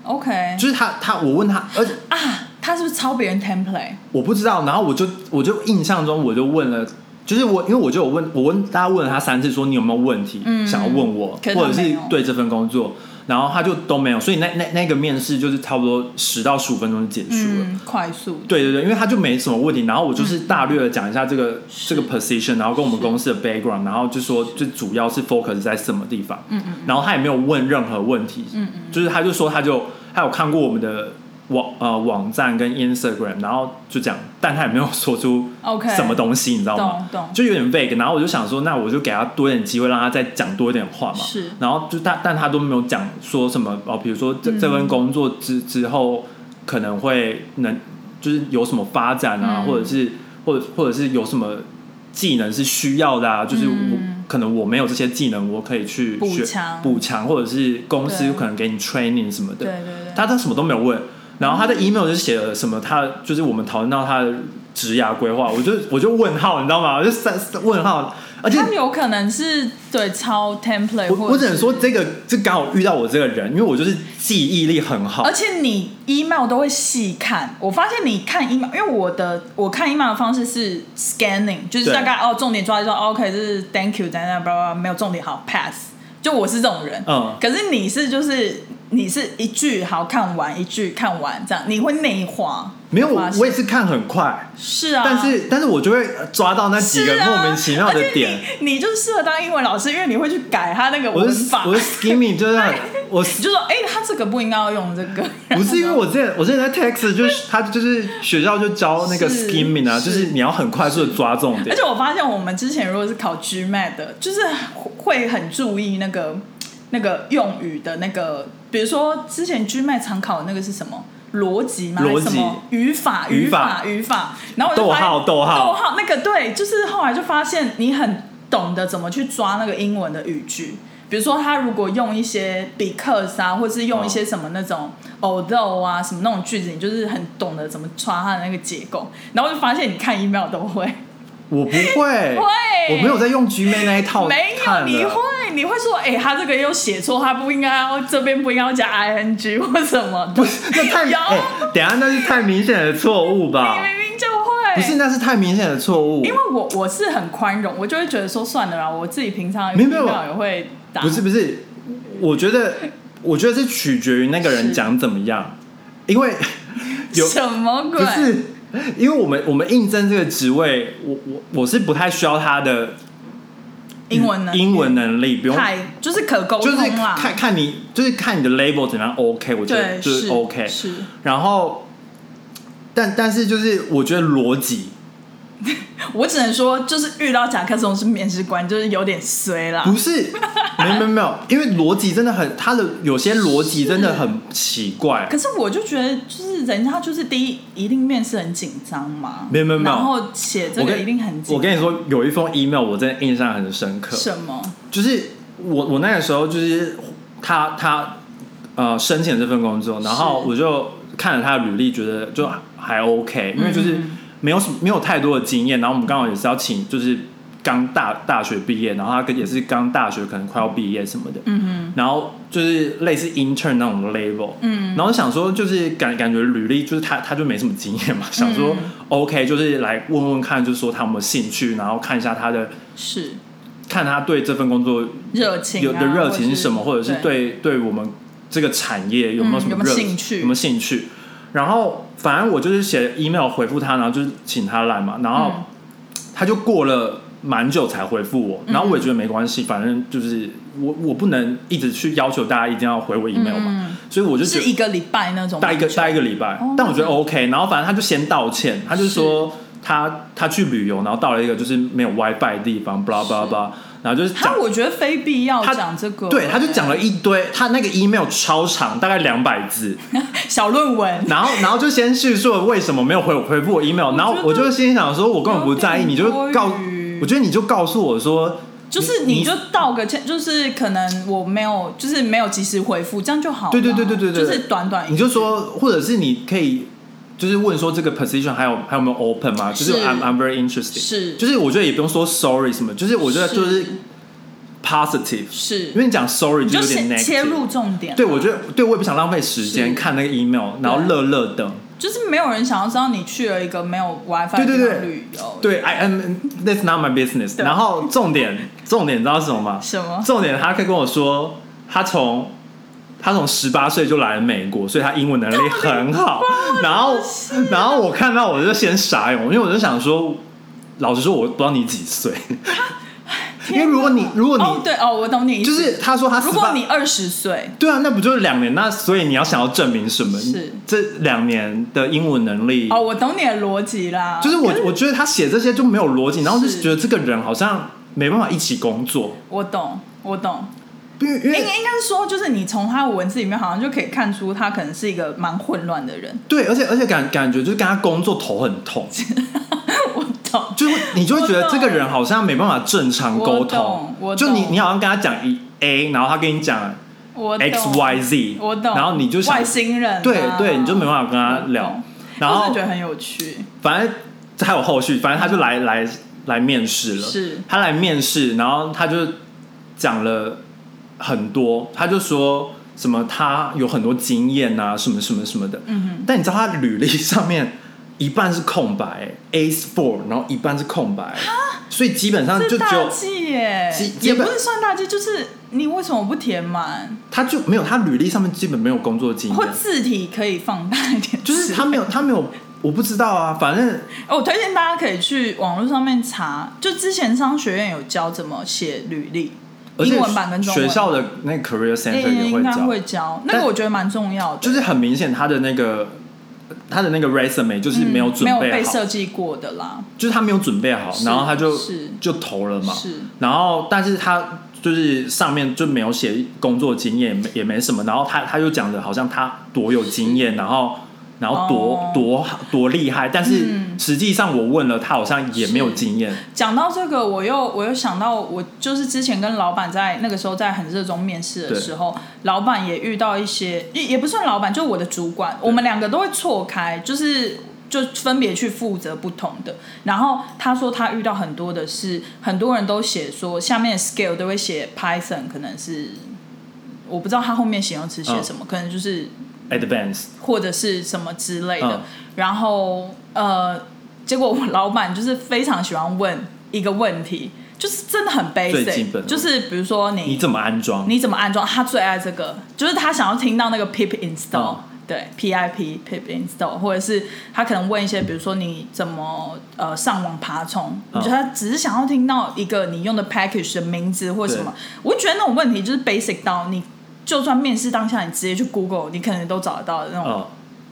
Speaker 2: OK
Speaker 1: 就是他他我问他，而且
Speaker 2: 啊，他是不是抄别人 template？
Speaker 1: 我不知道，然后我就我就印象中我就问了。就是我，因为我就有问，我问大家问了他三次，说你有没有问题、
Speaker 2: 嗯
Speaker 1: 想要问我
Speaker 2: 可是，他
Speaker 1: 或者
Speaker 2: 没
Speaker 1: 是
Speaker 2: 有
Speaker 1: 对这份工作，然后他就都没有，所以那那那个面试就是差不多十到十五分钟就结束了。
Speaker 2: 嗯，快速
Speaker 1: 对对对，因为他就没什么问题，然后我就是大略的讲一下这个
Speaker 2: 是
Speaker 1: 这个 position，然后跟我们公司的 background，然后就说就主要是 focus 在什么地方，嗯嗯，然后他也没有问任何问题，嗯嗯，就是他就说他就他有看过我们的网呃网站跟 Instagram，然后就讲，但他也没有说出
Speaker 2: OK
Speaker 1: 什么东西，你知道吗？
Speaker 2: 懂懂
Speaker 1: 就有点 vague，然后我就想说，那我就给他多一点机会，让他再讲多一点话嘛。
Speaker 2: 是
Speaker 1: 然后就他，但他都没有讲说什么哦，比如说这、
Speaker 2: 嗯
Speaker 1: 这份工作之之后可能会能就是有什么发展啊，
Speaker 2: 嗯
Speaker 1: 或者是或者或者是有什么技能是需要的啊，就是我、
Speaker 2: 嗯
Speaker 1: 可能我没有这些技能，我可以去
Speaker 2: 补
Speaker 1: 学
Speaker 2: 强
Speaker 1: 补强，或者是公司
Speaker 2: 对
Speaker 1: 可能给你 training 什么的。
Speaker 2: 对对对，嗯
Speaker 1: 他他什么都没有问，然后他的 email 就写了什么，他就是我们讨论到他的职涯规划，我就我就问号，你知道吗？我就三问号，而且
Speaker 2: 他有可能是对抄 template，
Speaker 1: 我
Speaker 2: 或
Speaker 1: 我只能
Speaker 2: 是
Speaker 1: 说这个这刚好遇到我这个人，因为我就是记忆力很好
Speaker 2: 而，且你 email 都会细看，我发现你看 email，因为我的我看 email 的方式是 scanning，就是
Speaker 1: 对
Speaker 2: 大概哦重点抓一抓、哦、，OK，这是 thank you，等等，叭叭，没有重点，好 pass。就我是这种人，
Speaker 1: 嗯
Speaker 2: 可是你是就是你是一句好看完，一句看完这样，你会内化。
Speaker 1: 没有
Speaker 2: 发
Speaker 1: 我
Speaker 2: 现
Speaker 1: 我也是看很快，
Speaker 2: 是啊，
Speaker 1: 但是但是我就会抓到那几个
Speaker 2: 是啊
Speaker 1: 莫名其妙的点。
Speaker 2: 而且 你你就适合当英文老师，因为你会去改他那个
Speaker 1: 我
Speaker 2: 文
Speaker 1: 是
Speaker 2: 法。
Speaker 1: 我是 skimming，就是 很我
Speaker 2: 你
Speaker 1: 是
Speaker 2: 就说，哎、他这个不应该要用这个。
Speaker 1: 不是因为我之前我之前在 Texas 就是他就是学校就教那个
Speaker 2: 是
Speaker 1: skimming 啊，
Speaker 2: 是
Speaker 1: 就是你要很快速的抓重
Speaker 2: 而
Speaker 1: 点
Speaker 2: 且。我发现我们之前如果是考 GMAT 的，就是会很注意那个那个用语的那个，比如说之前 GMAT 常考的那个是什么？逻辑吗？还是
Speaker 1: 逻辑
Speaker 2: 什么语法？
Speaker 1: 语
Speaker 2: 语
Speaker 1: 法
Speaker 2: 法？语法？然后我就发现
Speaker 1: 逗号逗号
Speaker 2: 逗号，那个对，就是后来就发现你很懂得怎么去抓那个英文的语句。比如说，他如果用一些 because 啊，或是用一些什么那种 although 啊，什么那种句子，你就是很懂得怎么抓它的那个结构。然后就发现你看 email 都会。
Speaker 1: 我不会，
Speaker 2: 会
Speaker 1: 我没有在用 Gmail 那一套
Speaker 2: 没
Speaker 1: 看
Speaker 2: 有，
Speaker 1: 的。
Speaker 2: 你会你会说，哎、他这个又写错，他不应该要这边不应该要加 i n g 或什么的，
Speaker 1: 不是那太
Speaker 2: 有
Speaker 1: 哎、等一下那是太明显的错误吧
Speaker 2: 你？明明就会。
Speaker 1: 不是，那是太明显的错误。
Speaker 2: 因为我我是很宽容，我就会觉得说算了啦，我自己平常
Speaker 1: 没有没有
Speaker 2: email 也会打，
Speaker 1: 不是不是，我觉得 我觉得是取决于那个人
Speaker 2: 是
Speaker 1: 讲怎么样，因为有
Speaker 2: 什么
Speaker 1: 不
Speaker 2: 鬼？
Speaker 1: 是，因为我们我们应征这个职位，我我我是不太需要他的
Speaker 2: 英文呢？
Speaker 1: 英文能力，不用
Speaker 2: 太就是可沟
Speaker 1: 就是
Speaker 2: 通啦，
Speaker 1: 看看你就是看你的 label 怎么样 OK，我觉得
Speaker 2: 对，
Speaker 1: 就是 OK。
Speaker 2: 是
Speaker 1: 然后，但但是就是我觉得逻辑
Speaker 2: 我只能说，就是遇到甲克松是面试官，就是有点衰啦。
Speaker 1: 不是，没有没有没有，因为逻辑真的很，他的有些逻辑真的很奇怪
Speaker 2: 可。是我就觉得，就是人家就是第一一定面试很紧张嘛，
Speaker 1: 没有没有没有
Speaker 2: 然后写这
Speaker 1: 我
Speaker 2: 个
Speaker 1: 跟
Speaker 2: 一定很紧
Speaker 1: 我跟你说，有一封 email 我真的印象很深刻，
Speaker 2: 什么？
Speaker 1: 就是我我那个时候就是他他呃申请这份工作，然后
Speaker 2: 是
Speaker 1: 我就看了他的履历，觉得就还 OK，因为就是
Speaker 2: 嗯
Speaker 1: 没有什没有太多的经验，然后我们刚好也是要请就是刚大大学毕业，然后他跟也是刚大学可能快要毕业什么的，
Speaker 2: 嗯
Speaker 1: 然后就是类似 intern 那种 label，
Speaker 2: 嗯
Speaker 1: 然后想说就是感感觉履历就是他他就没什么经验
Speaker 2: 嗯
Speaker 1: 嘛，想说 OK 就是来问问看，就是说他有没有兴趣，然后看一下他的
Speaker 2: 哼，是
Speaker 1: 看他对这份工作
Speaker 2: 热情、啊，
Speaker 1: 有的热情
Speaker 2: 或
Speaker 1: 是什么，或者是对对我们这个产业有没有
Speaker 2: 嗯
Speaker 1: 什么
Speaker 2: 有没有
Speaker 1: 热
Speaker 2: 兴趣
Speaker 1: 有没有兴趣？然后反正我就是写 email 回复他，然后就是请他来嘛，然后
Speaker 2: 嗯
Speaker 1: 他就过了蛮久才回复我，然后我也觉得没关系，反正就是我我不能一直去要求大家一定要回我 email 嘛，
Speaker 2: 嗯，
Speaker 1: 所以我就觉得
Speaker 2: 是一个礼拜那种
Speaker 1: 待一个
Speaker 2: 感觉
Speaker 1: 待一个礼拜，
Speaker 2: 哦
Speaker 1: 但我觉得 OK，然后反正他就先道歉，他就说他他去旅游，然后到了一个就是没有 WiFi 的地方，blah blah
Speaker 2: 是
Speaker 1: blah，然后就是讲
Speaker 2: 他我觉得非必要
Speaker 1: 他
Speaker 2: 讲这个，
Speaker 1: 对，他就讲了一堆，他那个 email 超长，大概两百字，
Speaker 2: 小论文，
Speaker 1: 然后 然后就先叙述了为什么没有回回复我 email，然后我就心想说，我根本不在意，
Speaker 2: 有点
Speaker 1: 你就告
Speaker 2: 多余，
Speaker 1: 我觉得你就告诉我说，
Speaker 2: 就是
Speaker 1: 你
Speaker 2: 你就道个歉，就是可能我没有，就是没有及时回复，这样就好了。
Speaker 1: 对对对对对对
Speaker 2: 就是短短一句，
Speaker 1: 你就说，或者是你可以就是问说这个 position 还有还有没有 open 吗？就是
Speaker 2: 是
Speaker 1: I'm I'm very interested，
Speaker 2: 是
Speaker 1: 就是我觉得也不用说 sorry 什么，就是我觉得就是
Speaker 2: 是
Speaker 1: positive，
Speaker 2: 是，
Speaker 1: 因为你讲 sorry
Speaker 2: 你
Speaker 1: 就
Speaker 2: 就
Speaker 1: 有点 negative，
Speaker 2: 切切入重点，
Speaker 1: 对我觉得对我也不想浪费时间
Speaker 2: 是
Speaker 1: 看那个 email，然后
Speaker 2: 对
Speaker 1: 乐乐等。
Speaker 2: 就是没有人想要知道你去了一个没有 WiFi
Speaker 1: 对对
Speaker 2: 的
Speaker 1: 对
Speaker 2: 地方旅游，
Speaker 1: 对，I am that's not my business。
Speaker 2: 对
Speaker 1: 然后重 点，重点你知道是什么吗？
Speaker 2: 什么？
Speaker 1: 重点他可以跟我说，他从他从十八岁就来了美国，所以他英文能力很好。
Speaker 2: 啊
Speaker 1: 然后然后我看到我就先傻眼，因为我就想说，老实说我不知道你几岁，因为如果你
Speaker 2: 天哪
Speaker 1: 如果你
Speaker 2: 哦对哦，我懂你意
Speaker 1: 就
Speaker 2: 思，
Speaker 1: 是他说他十
Speaker 2: 如
Speaker 1: 八
Speaker 2: 果，你二十岁，
Speaker 1: 对啊，那不就是两年？那所以你要想要证明什么？
Speaker 2: 是
Speaker 1: 这两年的英文能力
Speaker 2: 哦，我懂你的逻辑
Speaker 1: 啊
Speaker 2: 啦，
Speaker 1: 就是我我觉得他写这些就没有逻辑，然后就是觉得这个人好像没办法一起工作，
Speaker 2: 我懂，我懂，
Speaker 1: 因为因
Speaker 2: 应
Speaker 1: 为
Speaker 2: 应该是说，就是你从他的文字里面好像就可以看出他可能是一个蛮混乱的人，
Speaker 1: 对，而且而且感感觉就是跟他工作头很痛，
Speaker 2: 我懂，
Speaker 1: 就是你就会觉得这
Speaker 2: 我懂
Speaker 1: 个人好像没办法正常沟
Speaker 2: 我
Speaker 1: 通
Speaker 2: 懂，我
Speaker 1: 就
Speaker 2: 懂
Speaker 1: 你你好像跟他讲一 A，然后他跟你讲
Speaker 2: 我懂
Speaker 1: X Y Z，
Speaker 2: 我懂。
Speaker 1: 然后你就想
Speaker 2: 外星人啊、
Speaker 1: 对对，你就没办法跟他
Speaker 2: 我
Speaker 1: 聊
Speaker 2: 懂。
Speaker 1: 然
Speaker 2: 我
Speaker 1: 后
Speaker 2: 真的觉得很有趣，
Speaker 1: 反正还有后续，反正他就来来来面试了。
Speaker 2: 是
Speaker 1: 他来面试，然后他就讲了很多，他就说什么他有很多经验啊，什么什么什么的。
Speaker 2: 嗯哼，
Speaker 1: 但你知道他履历上面一半是空白，A four，然后一半是空白，所以基本上嗯就只
Speaker 2: 这大
Speaker 1: 有
Speaker 2: 忌耶
Speaker 1: 基，基
Speaker 2: 也不
Speaker 1: 本
Speaker 2: 是算大忌，就是你为什么不填满？
Speaker 1: 他就没有他履历上面基本没有工作经
Speaker 2: 或
Speaker 1: 验，
Speaker 2: 字体可以放大一点，哦
Speaker 1: 就是他没有他没有，我不知道啊，反正
Speaker 2: 我推荐大家可以去网络上面查，就之前商学院有教怎么写履历，
Speaker 1: 而且
Speaker 2: 英文版跟中文
Speaker 1: 学校的那个 career center 也
Speaker 2: 应
Speaker 1: 会
Speaker 2: 该
Speaker 1: 教，
Speaker 2: 会教，那个
Speaker 1: 但
Speaker 2: 我觉得蛮重要的，
Speaker 1: 就是很明显他的那个他的那个 resume 就是
Speaker 2: 嗯
Speaker 1: 没有准
Speaker 2: 没有
Speaker 1: 备
Speaker 2: 被
Speaker 1: 好，
Speaker 2: 设计过的啦，
Speaker 1: 就是他没有准备好，
Speaker 2: 是
Speaker 1: 然后他就是就投了嘛。
Speaker 2: 是
Speaker 1: 然后，但是他就是上面就没有写工作经验，也没也没什么。然后他他就讲的好像他多有经验，然后然后多、
Speaker 2: 哦
Speaker 1: 多多厉害，但是
Speaker 2: 嗯
Speaker 1: 实际上我问了他，好像也没有
Speaker 2: 是
Speaker 1: 经验。
Speaker 2: 讲到这个，我又我又想到，我就是之前跟老板在那个时候在很热衷面试的时候，老板也遇到一些，也也不算老板，就我的主管，我们两个都会错开，就是就分别去负责不同的。然后他说他遇到很多的是，很多人都写说下面的 scale 都会写 Python，可能是我不知道他后面形容词写什么，可能就是
Speaker 1: Advance
Speaker 2: 或者是什么之类的。
Speaker 1: 嗯
Speaker 2: 然后呃，结果我老板就是非常喜欢问一个问题，就是真的很
Speaker 1: 最基
Speaker 2: basic，
Speaker 1: 本的
Speaker 2: 就是比如说
Speaker 1: 你
Speaker 2: 你
Speaker 1: 怎么安装？
Speaker 2: 你怎么安装，他最爱这个，就是他想要听到那个 pip install、
Speaker 1: 嗯
Speaker 2: 对，PIP pip install，或者是他可能问一些，比如说你怎么呃上网爬虫，
Speaker 1: 嗯
Speaker 2: 我觉得他只是想要听到一个你用的 package 的名字或什么，我就觉得那种问题就是 basic 到你就算面试当下你直接去 Google，你可能都找得到的那种
Speaker 1: 嗯，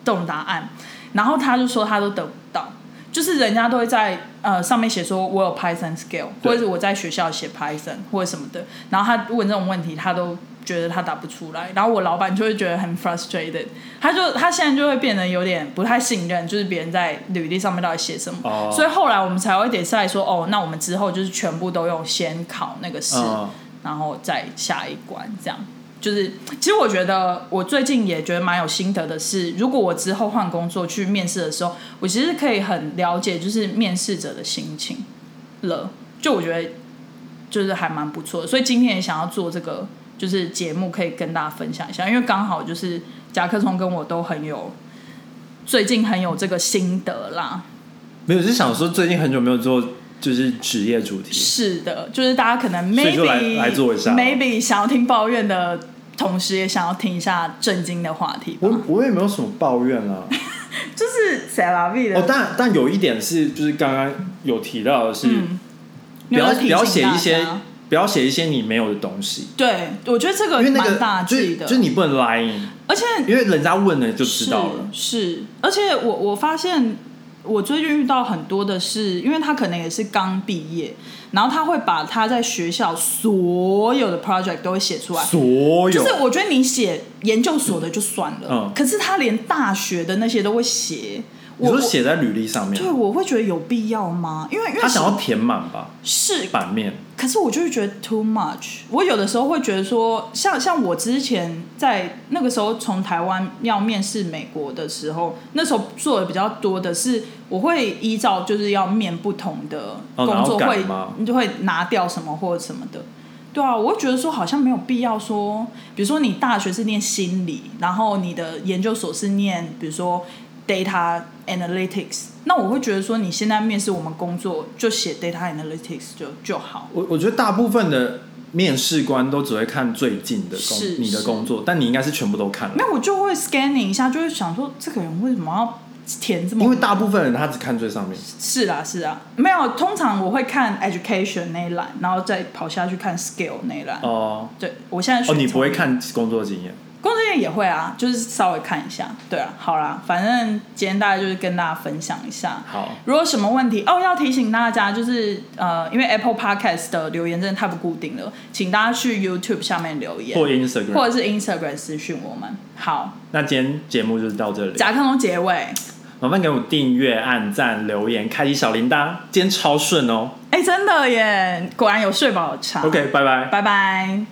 Speaker 2: 这种答案，然后他就说他都得不到，就是人家都会在呃上面写说我有 Python skill，
Speaker 1: 对
Speaker 2: 或者是我在学校写 Python 或者什么的，然后他问这种问题，他都觉得他答不出来，然后我老板就会觉得很 frustrated，他就他现在就会变得有点不太信任，就是别人在履历上面到底写什么，
Speaker 1: 哦
Speaker 2: 所以后来我们才会 decide 说哦，那我们之后就是全部都用先考那个试。
Speaker 1: 嗯
Speaker 2: 然后再下一关，这样。就是，其实我觉得我最近也觉得蛮有心得的是，如果我之后换工作去面试的时候，我其实可以很了解就是面试者的心情了。就我觉得就是还蛮不错的，所以今天也想要做这个就是节目，可以跟大家分享一下，因为刚好就是甲克虫跟我都很有最近很有这个心得啦。
Speaker 1: 没有，是想说最近很久没有做就是职业主题，
Speaker 2: 是的，就是大家可能
Speaker 1: 所以
Speaker 2: maybe
Speaker 1: 就来来做一下
Speaker 2: maybe 想要听抱怨的同时，也想要听一下震惊的话题吧。
Speaker 1: 我我也没有什么抱怨啊。
Speaker 2: 就是 s a l a v 的，
Speaker 1: 哦，但但有一点是，就是刚刚有提到的是，
Speaker 2: 嗯，
Speaker 1: 不要
Speaker 2: 有没有提
Speaker 1: 不要
Speaker 2: 醒
Speaker 1: 写
Speaker 2: 大
Speaker 1: 一些
Speaker 2: 家
Speaker 1: 不要写一些你没有的东西，
Speaker 2: 对，我觉得这个
Speaker 1: 因为那
Speaker 2: 呃蛮大
Speaker 1: 个就
Speaker 2: 忌
Speaker 1: 是
Speaker 2: 的，
Speaker 1: 就是你不能 lying，
Speaker 2: 而且
Speaker 1: 因为人家问了你就知道了。
Speaker 2: 是。是，而且我我发现我最近遇到很多的是，因为他可能也是刚毕业，然后他会把他在学校所有的 project 都会写出来。
Speaker 1: 所有
Speaker 2: 就是我觉得你写研究所的就算了，
Speaker 1: 嗯
Speaker 2: 可是他连大学的那些都会写，
Speaker 1: 你
Speaker 2: 我
Speaker 1: 说
Speaker 2: 我
Speaker 1: 写在履历上面
Speaker 2: 对，，我会觉得有必要吗？因为因为
Speaker 1: 他想要填满吧
Speaker 2: 是
Speaker 1: 版面，
Speaker 2: 可是我就会觉得 too much。我有的时候会觉得说，像像我之前在那个时候从台湾要面试美国的时候，那时候做的比较多的是，我会依照就是要面不同的
Speaker 1: 哦然
Speaker 2: 工
Speaker 1: 后
Speaker 2: 作
Speaker 1: 改
Speaker 2: 会，
Speaker 1: 吗
Speaker 2: 你就会拿掉什么或者什么的。对啊，我会觉得说好像没有必要说，比如说你大学是念心理，然后你的研究所是念，比如说 data analytics，那我会觉得说你现在面试我们工作就写 data analytics 就就好。
Speaker 1: 我我觉得大部分的面试官都只会看最近的工
Speaker 2: 是
Speaker 1: 你的
Speaker 2: 是
Speaker 1: 工作，但你应该是全部都看了
Speaker 2: 没，有，我就会 scanning 一下，就会想说这个人为什么要填这么？
Speaker 1: 因为大部分人他只看最上面。
Speaker 2: 是啦是啦，没有，通常我会看 education 那一栏，然后再跑下去看 skill 那一栏。
Speaker 1: 哦
Speaker 2: 对，我现在
Speaker 1: 哦，
Speaker 2: 选
Speaker 1: 你
Speaker 2: 从
Speaker 1: 不会看工作经验，
Speaker 2: 工作人员也会啊，就是稍微看一下。对啊，好啦，反正今天大概就是跟大家分享一下。
Speaker 1: 好，
Speaker 2: 如果有什么问题哦，要提醒大家，就是呃，因为 Apple Podcast 的留言真的太不固定了，请大家去 YouTube 下面留言，
Speaker 1: 或 Instagram。
Speaker 2: 或者是 Instagram 私讯我们。好，
Speaker 1: 那今天节目就是到这里。
Speaker 2: 甲克龙结尾。
Speaker 1: 麻烦给我订阅、按赞、留言、开启小铃铛，今天超顺哦。
Speaker 2: 哎、真的耶，果然有睡饱的茶。
Speaker 1: OK，拜拜。
Speaker 2: 拜拜。